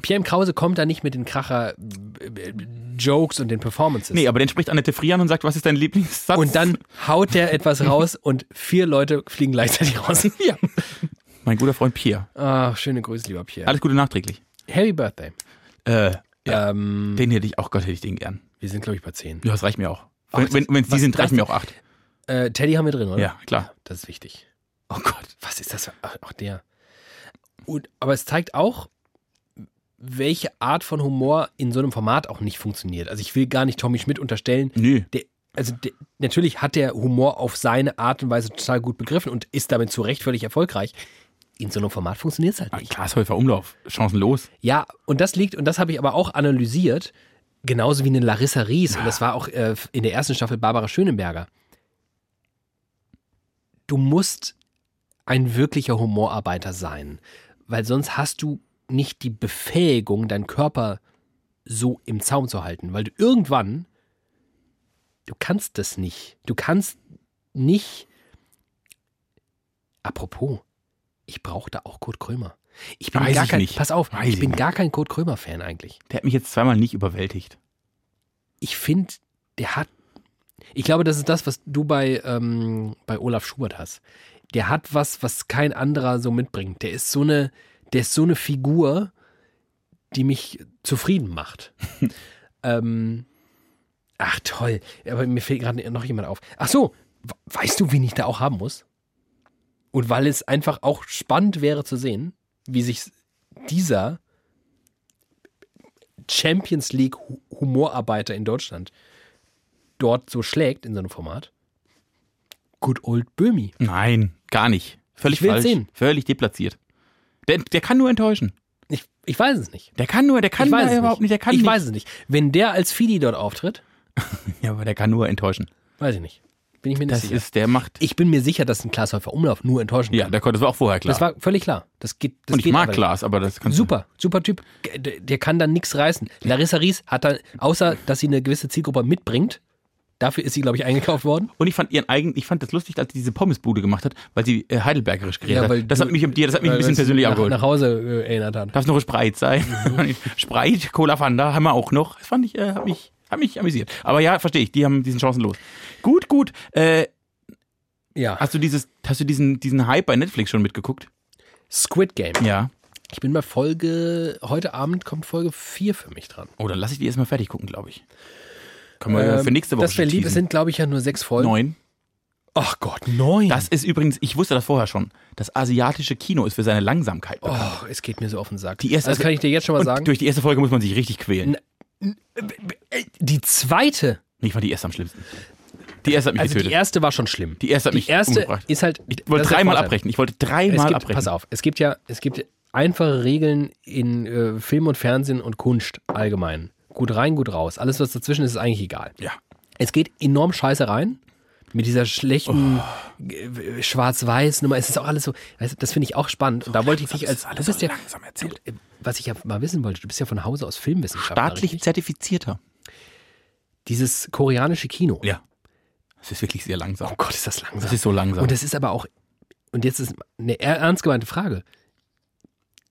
Pierre M. Krause kommt da nicht mit den Kracher-Jokes und den Performances. Nee, aber den spricht Annette Frian und sagt, was ist dein Lieblingssatz? Und dann haut der etwas raus und vier Leute fliegen gleichzeitig raus. ja. Mein guter Freund Pierre. Ach, schöne Grüße, lieber Pierre. Alles Gute nachträglich. Happy Birthday. Äh, ja. Ähm, Den hätte ich, auch Gott hätte ich den gern. wir sind, glaube ich, bei 10. Ja, das reicht mir auch. Ach, Wenn, wenn, wenn die was- sind, das- reicht mir auch acht. Äh, Teddy haben wir drin, oder? Ja, klar. Das ist wichtig. Oh Gott. Was ist das? für- Ach, auch der. Und, aber es zeigt auch, welche Art von Humor in so einem Format auch nicht funktioniert. Also ich will gar nicht Tommy Schmidt unterstellen. Nö. Der, also der, natürlich hat der Humor auf seine Art und Weise total gut begriffen und ist damit zu Recht völlig erfolgreich. In so einem Format funktioniert es halt Ah, nicht. Glashäufer Umlauf. Chancenlos. Ja, und das liegt, und das habe ich aber auch analysiert, genauso wie eine Larissa Ries, und das war auch äh, in der ersten Staffel Barbara Schöneberger. Du musst ein wirklicher Humorarbeiter sein, weil sonst hast du nicht die Befähigung, deinen Körper so im Zaum zu halten, weil du irgendwann, du kannst das nicht. Du kannst nicht. Apropos, ich brauche da auch Kurt Krömer. Ich bin Weiß gar ich kein, nicht. pass auf, Weiß ich ich bin nicht. gar kein Kurt Krömer-Fan eigentlich. Der hat mich jetzt zweimal nicht überwältigt. Ich finde, der hat, ich glaube, das ist das, was du bei, ähm, bei Olaf Schubert hast. Der hat was, was kein anderer so mitbringt. Der ist so eine, der ist so eine Figur, die mich zufrieden macht. ähm, ach toll, aber mir fällt gerade noch jemand auf. Ach so, we- weißt du, wen ich da auch haben muss? Und weil es einfach auch spannend wäre zu sehen, wie sich dieser Champions League Hu- Humorarbeiter in Deutschland dort so schlägt in so einem Format. Good old Böhmi. Nein, gar nicht. Völlig Ich will's falsch. sehen. Völlig deplatziert. Der, der kann nur enttäuschen. Ich, ich weiß es nicht. Der kann nur, der kann ich weiß da es überhaupt nicht. Der kann ich nicht. weiß es nicht. Wenn der als Fidi dort auftritt, Ja, aber der kann nur enttäuschen. weiß ich nicht. Bin ich mir nicht Das sicher. ist, der macht. ich bin mir sicher, dass ein Glashäufer Umlauf nur enttäuschen Ja, kann. der konnte, das war auch vorher klar. Das war völlig klar. Das geht, das Und ich geht mag aber Klaas, aber das nicht. kannst Super, super Typ. Der der kann dann nichts reißen. Larissa Ries hat dann, außer dass sie eine gewisse Zielgruppe mitbringt, dafür ist sie, glaube ich, eingekauft worden. Und ich fand ihren eigenen, ich fand das lustig, als sie diese Pommesbude gemacht hat, weil sie äh, heidelbergerisch geredet Ja, weil hat. Das du- hat mich, im- das hat mich Weil ein bisschen das persönlich nach, abgeholt. nach Mhm. Hause äh, erinnert hat. Darf es noch Spreit sein? Spreit, Cola Fanta haben wir auch noch. Das fand ich, äh, hat mich, hat mich amüsiert. Aber ja, verstehe ich, die haben diesen Chancen los. Gut, gut. Äh, Ja. hast du dieses, hast du diesen, diesen Hype bei Netflix schon mitgeguckt? Squid Game. Ja. Ich bin bei Folge, heute Abend kommt Folge 4 für mich dran. Oh, dann lass ich die erstmal fertig gucken, glaube ich. Können wir ja Ähm, Äh, für nächste Woche Das wäre schon lieb. Es teasen. sind, glaube ich, ja nur sechs Folgen. neun. Ach Gott, neun. Das ist übrigens, ich wusste das vorher schon, das asiatische Kino ist für seine Langsamkeit bekannt. oh, es geht mir so auf den Sack. Die erste- das kann ich dir jetzt schon mal Und sagen. durch die erste Folge muss man sich richtig quälen. Äh, Die zweite, Ich fand die erste am schlimmsten. Die erste hat mich also die getötet. erste war schon schlimm. Die erste hat mich die erste umgebracht. ist halt. Ich das wollte ist der dreimal Vorteil. abbrechen. Ich wollte Es dreimal gibt, abbrechen. pass auf, es gibt ja, es gibt einfache Regeln in äh, Film und Fernsehen und Kunst allgemein. Gut rein, gut raus. Alles, was dazwischen ist, ist eigentlich egal. Ja. Es geht enorm scheiße rein. Mit dieser schlechten äh, Schwarz-Weiß-Nummer. Es ist auch alles so. Weißt, du, das finde ich auch spannend. Und da wollte ich dich als. Du bist ja, langsam erzählt. äh, was ich ja mal wissen wollte, du bist ja von Hause aus Filmwissenschaftler. Staatlich richtig? zertifizierter. Dieses koreanische Kino. Ja. Das ist wirklich sehr langsam. Oh Gott, ist das langsam. Das ist so langsam. Und das ist aber auch, und jetzt ist eine er- ernst gemeinte Frage.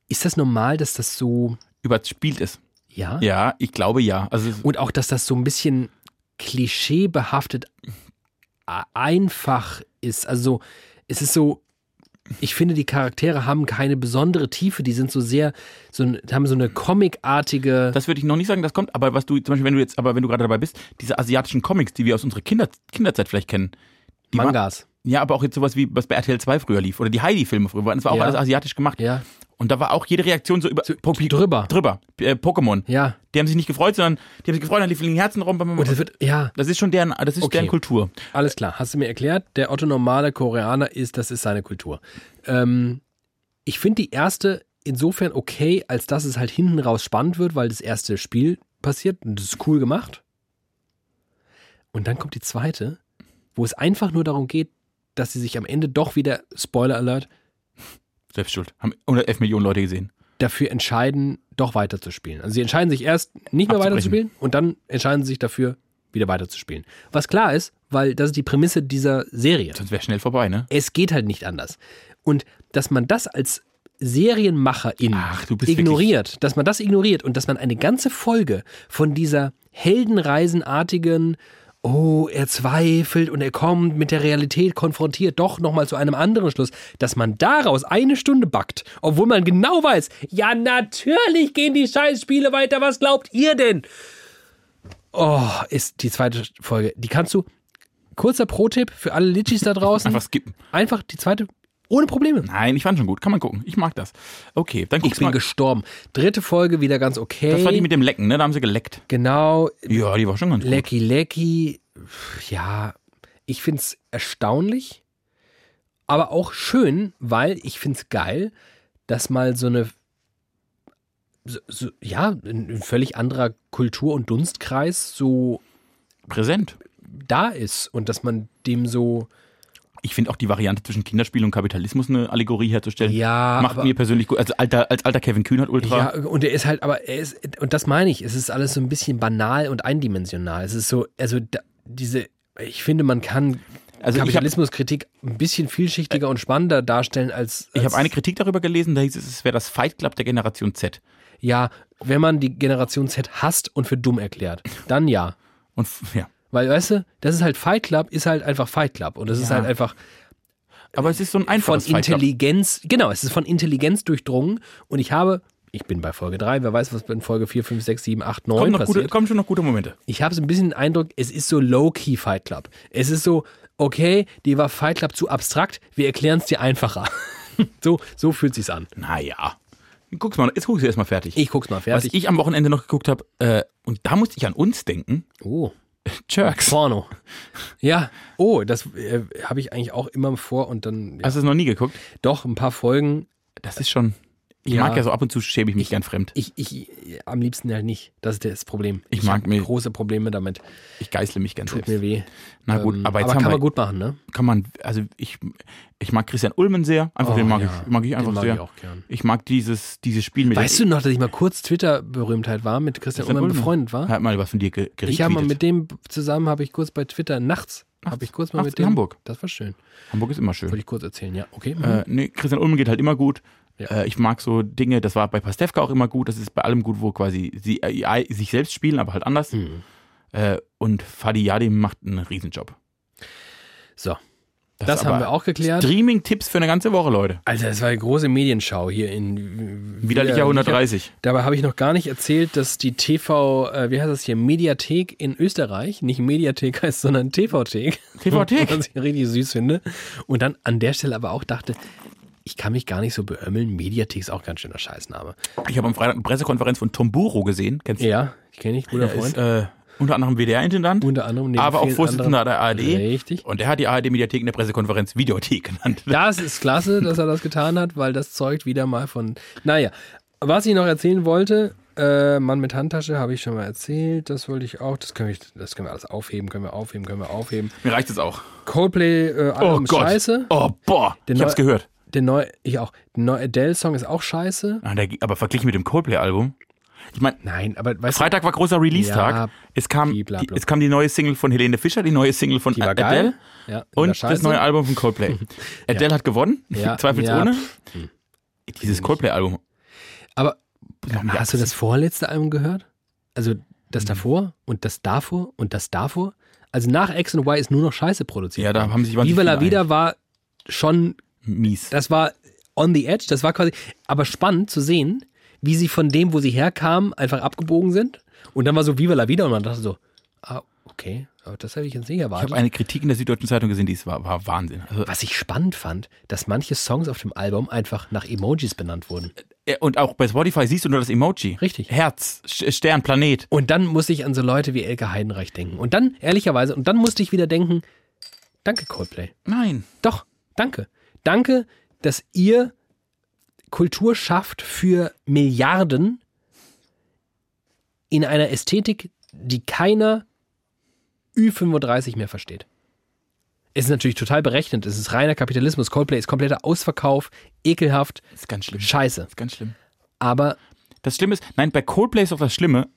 Ist das normal, dass das so, Überspielt ist. ja? Ja, ich glaube ja. Also es- Und auch, dass das so ein bisschen klischeebehaftet a- einfach ist. Also, es ist so, ich finde, die Charaktere haben keine besondere Tiefe. Die sind so sehr, so, ein- haben so eine comicartige. das würde ich noch nicht sagen, das kommt, aber was du, zum Beispiel, wenn du jetzt, aber wenn du gerade dabei bist, diese asiatischen Comics, die wir aus unserer Kinder, Kinderzeit vielleicht kennen. Die wa- Mangas. Ja, aber auch jetzt sowas wie, was bei RTL 2 früher lief oder die Heidi-Filme früher waren. Das war auch Ja. alles asiatisch gemacht. Ja. Und da war auch jede Reaktion so über So, drüber. drüber. Äh, Pokémon. Ja. Die haben sich nicht gefreut, sondern die haben sich gefreut, dann liefen die Herzen rum. Und es Oh, wird, ja. Das ist schon deren, das ist Okay. deren Kultur. Alles klar, hast du mir erklärt, der Otto normale Koreaner ist, das ist seine Kultur. Ähm, ich finde die erste insofern okay, als dass es halt hinten raus spannend wird, weil das erste Spiel passiert und das ist cool gemacht. Und dann kommt die zweite, wo es einfach nur darum geht, dass sie sich am Ende doch wieder, Spoiler Alert, Selbst schuld. Haben 111 Millionen Leute gesehen. dafür entscheiden, doch weiterzuspielen. Also sie entscheiden sich erst nicht mehr Abzubrechen. weiterzuspielen und dann entscheiden sie sich dafür, wieder weiterzuspielen. Was klar ist, weil das ist die Prämisse dieser Serie. Sonst wäre schnell vorbei, ne? Es geht halt nicht anders. Und dass man das als Serienmacherin Ach, du bist ignoriert, dass man das ignoriert und dass man eine ganze Folge von dieser heldenreisenartigen Oh, er zweifelt und er kommt mit der Realität konfrontiert doch nochmal zu einem anderen Schluss, dass man daraus eine Stunde backt, obwohl man genau weiß, ja natürlich gehen die Scheißspiele weiter, was glaubt ihr denn? Oh, ist die zweite Folge, die kannst du, kurzer Pro-Tipp für alle Litschis da draußen, Einfach skippen. Einfach die zweite ohne Probleme. Nein, ich fand schon gut. Kann man gucken. Ich mag das. Okay, dann Ich guck's bin mal. gestorben. Dritte Folge wieder ganz okay. Das war die mit dem Lecken, ne? Da haben sie geleckt. genau, Ja, die war schon ganz gut. lecky lecky. Ja, ich find's erstaunlich, aber auch schön, weil ich find's geil, dass mal so eine so, so, ja, ein ein völlig anderer Kultur- und Dunstkreis so Präsent. da ist und dass man dem so Ich finde auch die Variante zwischen Kinderspiel und Kapitalismus eine Allegorie herzustellen. Ja, Äh, Macht aber- mir persönlich gut. Also alter, als alter Kevin Kühnert Ultra. Ja, und er ist halt, aber er ist, und das meine ich, es ist alles so ein bisschen banal und eindimensional. Es ist so, also da, diese, ich finde, man kann Also ich hab- Kapitalismuskritik ein bisschen vielschichtiger und spannender darstellen als. Ich als- habe eine Kritik darüber gelesen, da hieß es, es wäre das Fight Club der Generation Z. Ja, wenn man die Generation Z hasst und für dumm erklärt, dann ja. Und f- ja. Weil, weißt du, das ist halt Fight Club, ist halt einfach Fight Club. Und das ist Ja. halt einfach Aber es ist so ein von einfaches Fight Club. Intelligenz, genau, es ist von Intelligenz durchdrungen. Und ich habe ich bin bei Folge 3, wer weiß, was in Folge 4, 5, 6, 7, 8, 9 Kommen, noch passiert. gute, kommen schon noch gute Momente. Ich habe so ein bisschen den Eindruck, es ist so Low-Key Fight Club. Es ist so, okay, dir war Fight Club zu abstrakt, wir erklären es dir einfacher. so, so fühlt sich's an. Naja. Guck's mal, jetzt guck's erstmal fertig. Ich guck's mal Was fertig. ich am Wochenende noch geguckt habe, äh, und da musste ich an uns denken, oh. Jerks. Porno. Ja. Oh, das äh, habe ich eigentlich auch immer vor und dann ja. Hast du es noch nie geguckt? doch ein paar Folgen. Das ist schon. Ich Ja. mag ja so ab und zu schäme ich mich gern fremd. Ich, ich äh, am liebsten halt nicht. Das ist das Problem. Ich mag hab mich- große Probleme damit. Ich geißle mich gern Tut selbst. mir weh. Na gut, Ähm, aber jetzt aber haben kann wir, man gut machen, ne? kann man, also ich, ich mag Christian Ulmen sehr. Einfach den mag Oh, ja. ich, mag ich einfach den mag sehr. Ich auch gern. Ich mag dieses, dieses Spiel mit Weißt du noch, dass ich mal kurz Twitter-Berühmtheit war, mit Christian Ullmann befreundet war? Hat mal was von dir ge Ich habe mal geretweetet. mit dem zusammen, habe ich kurz bei Twitter nachts, Nachts? habe ich kurz mal Nachts mit in dem. Hamburg? Das war schön. Hamburg ist immer schön. Wollte ich kurz erzählen, ja. Okay. mhm. Äh, nee, Christian Ulmen geht halt immer gut. Ja. Äh, ich mag so Dinge, das war bei Pastewka auch immer gut, das ist bei allem gut, wo quasi sie äh, sich selbst spielen, aber halt anders. Mhm. Äh, und Fadi Yadim macht einen Riesenjob. So, Das, das aber haben wir auch geklärt. Streaming-Tipps für eine ganze Woche, Leute. Alter, das war eine große Medienschau hier in äh, Widerlicher 130. Dabei habe ich noch gar nicht erzählt, dass die TV, äh, wie heißt das hier, Mediathek in Österreich, nicht Mediathek heißt, sondern TVthek. TVthek. Was ich richtig süß finde. Und dann an der Stelle aber auch dachte, ich kann mich gar nicht so beömmeln. Mediathek ist auch ganz schöner Scheißname. Ich habe am Freitag eine Pressekonferenz von Tomburo gesehen. Kennst du? Ja, kenne ich, guter Der ist, Freund. äh, unter anderem WDR-Intendant. Unter anderem neben aber auch vielen Vorsitzender der ARD. anderen- Richtig. Und der hat die ARD-Mediathek in der Pressekonferenz Videothek genannt. Das ist klasse, dass er das getan hat, weil das zeugt wieder mal von. Naja, was ich noch erzählen wollte, äh, Mann mit Handtasche habe ich schon mal erzählt. Das wollte ich auch. Das können wir, das können wir alles aufheben, können wir aufheben, können wir aufheben. Mir reicht es auch. Coldplay, äh, Oh Album ist Gott. scheiße. Oh, boah. Der ich hab's Neu- gehört. Der neue, ich auch. Der neue Adele-Song ist auch scheiße. Ah, der- Aber verglichen mit dem Coldplay-Album. Ich meine, Nein, aber weißt du, Freitag war großer Release-Tag. Ja, es, kam, die, blablabla. es kam die neue Single von Helene Fischer, die neue Single von die war Adele geil. Ja, die war und scheiße. das neue Album von Coldplay. Adele hat gewonnen, Ja, zweifelsohne. ja, Dieses Coldplay-Album. Aber Ja, Mhm. mir hast du das hat's- vorletzte Album gehört? Also das davor und das davor und das davor? Also nach X und Y ist nur noch scheiße produziert. Ja, da haben sich waren sich Viva la viele Vida war schon, einig. mies. das war on the edge, das war quasi, aber spannend zu sehen, wie sie von dem, wo sie herkamen, einfach abgebogen sind. Und dann war so Viva la Vida und man dachte so, ah, okay, aber das hätte ich jetzt nicht Ich erwartet. habe eine Kritik in der Süddeutschen Zeitung gesehen, die ist, war, war Wahnsinn. Also, Was ich spannend fand, dass manche Songs auf dem Album einfach nach Emojis benannt wurden. äh, und auch bei Spotify siehst du nur das Emoji. Richtig. Herz, Sch- Stern, Planet. Und dann musste ich an so Leute wie Elke Heidenreich denken. Und dann, ehrlicherweise, und dann musste ich wieder denken, danke Coldplay. Nein. Doch, danke. Danke, dass ihr Kultur schafft für Milliarden in einer Ästhetik, die keiner Ü35 mehr versteht. Es ist natürlich total berechnet. Es ist reiner Kapitalismus. Coldplay ist kompletter Ausverkauf, ekelhaft, Das ist ganz schlimm. Das scheiße. ist ganz schlimm. Aber Das Schlimme ist, nein, bei Coldplay ist auch das Schlimme.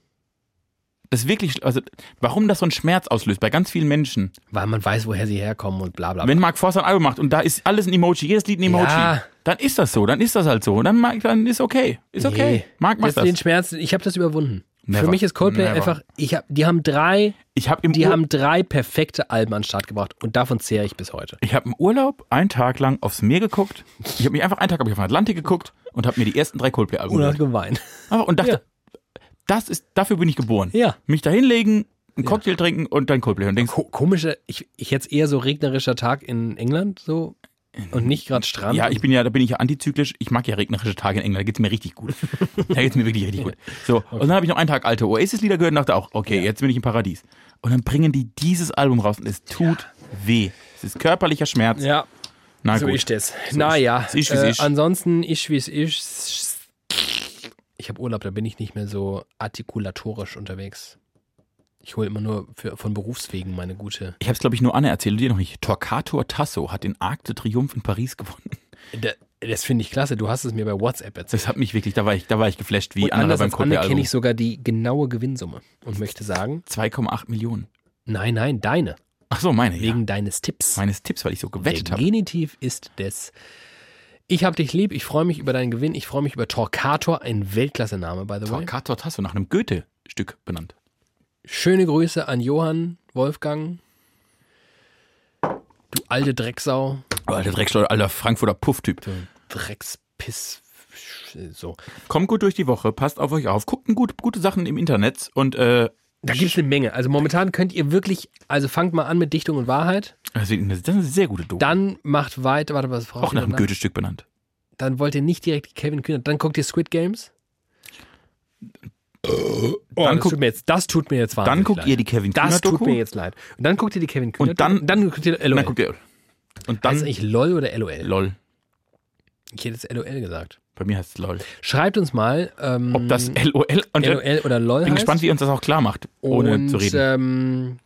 Das wirklich, schl- also warum das so einen Schmerz auslöst bei ganz vielen Menschen. weil man weiß, woher sie herkommen und bla bla. bla. Wenn Mark Forster ein Album macht und da ist alles ein Emoji, jedes Lied ein Emoji, Ja. dann ist das so, dann ist das halt so. Dann, mag, dann ist okay. Ist okay. Nee. Mark macht das, den das. Schmerz, ich habe das überwunden. Never. Für mich ist Coldplay Never. einfach, ich hab, die haben drei Ich habe im, Die Ur haben drei perfekte Alben an den Start gebracht und davon zehre ich bis heute. ich hab im Urlaub einen Tag lang aufs Meer geguckt. Ich habe mich einfach einen Tag hab ich auf den Atlantik geguckt und habe mir die ersten drei Coldplay-Alben Und hat gehört. geweint. Aber- Und dachte, das ist, dafür bin ich geboren. Ja. Mich da hinlegen, einen Cocktail trinken und dann Coldplay hören. Denkst, Ko komischer, ich, ich hätte es eher so regnerischer Tag in England so und nicht gerade Strand. Ja, ich bin ja, da bin ich ja antizyklisch. Ich mag ja regnerische Tage in England. Da geht's mir richtig gut. da geht's mir wirklich richtig gut. So, und dann habe ich noch einen Tag alte Oasis-Lieder gehört und dachte auch, okay, jetzt bin ich im Paradies. Und dann bringen die dieses Album raus und es tut weh. Es ist körperlicher Schmerz. ja Also Na so gut. ist es. naja, es ist, wie es äh, ist. ansonsten ich wie es ist. Ich habe Urlaub, da bin ich nicht mehr so artikulatorisch unterwegs. Ich hole immer nur für, von Berufswegen meine gute. Ich habe es, glaube ich, nur Anne erzählt, dir noch nicht. Torquator Tasso hat den Arc de Triomphe in Paris gewonnen. Da- Das finde ich klasse. Du hast es mir bei WhatsApp erzählt. Das hat mich wirklich, da war ich, da war ich geflasht, wie Und andere anders beim als Anne kenne Coldplay-Album. ich sogar die genaue Gewinnsumme und möchte sagen, 2,8 Millionen. nein, nein, deine. Ach so, meine. Ja. wegen deines Tipps. Meines Tipps, weil ich so gewettet Der habe. Genitiv ist des. Ich hab dich lieb, ich freue mich über deinen Gewinn, ich freue mich über Torquator, ein Weltklasse-Name, by the way. Torquator Tasso, nach einem Goethe-Stück benannt. Schöne Grüße an Johann Wolfgang. Du alte Drecksau, Oh, alter Dreckschleuder, alter Frankfurter Pufftyp. Dreckspiss, so. Kommt gut durch die Woche, passt auf euch auf, guckt gut, gute Sachen im Internet und äh, Da gibt es eine Menge. Also momentan könnt ihr wirklich, also fangt mal an mit Dichtung und Wahrheit. also, das ist eine sehr gute Doku. Dann macht weiter, warte, was braucht Auch nach ihr einem danach? Goethe-Stück benannt. Dann wollt ihr nicht direkt Kevin Kühner, dann guckt ihr Squid Games. Oh, das, dann guckt- tut mir jetzt, das tut mir jetzt wahnsinnig Dann guckt leid. ihr die Kevin Das tut Kühner-Doku. mir jetzt leid. Und dann guckt ihr die Kevin Kühner. dann- dann guckt ihr LOL. Dann guckt ihr. Und Heißt dann. es eigentlich Also LOL oder LOL? LOL. Ich hätte jetzt LOL gesagt. Bei mir heißt es LOL. Schreibt uns mal, ähm, Ob das LOL. Und ich LOL oder LOL bin heißt. gespannt, wie ihr uns das auch klar macht, ohne Und, zu reden. Ähm,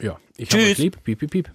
ja, ich hab Tschüss. euch lieb. Piep, piep, piep.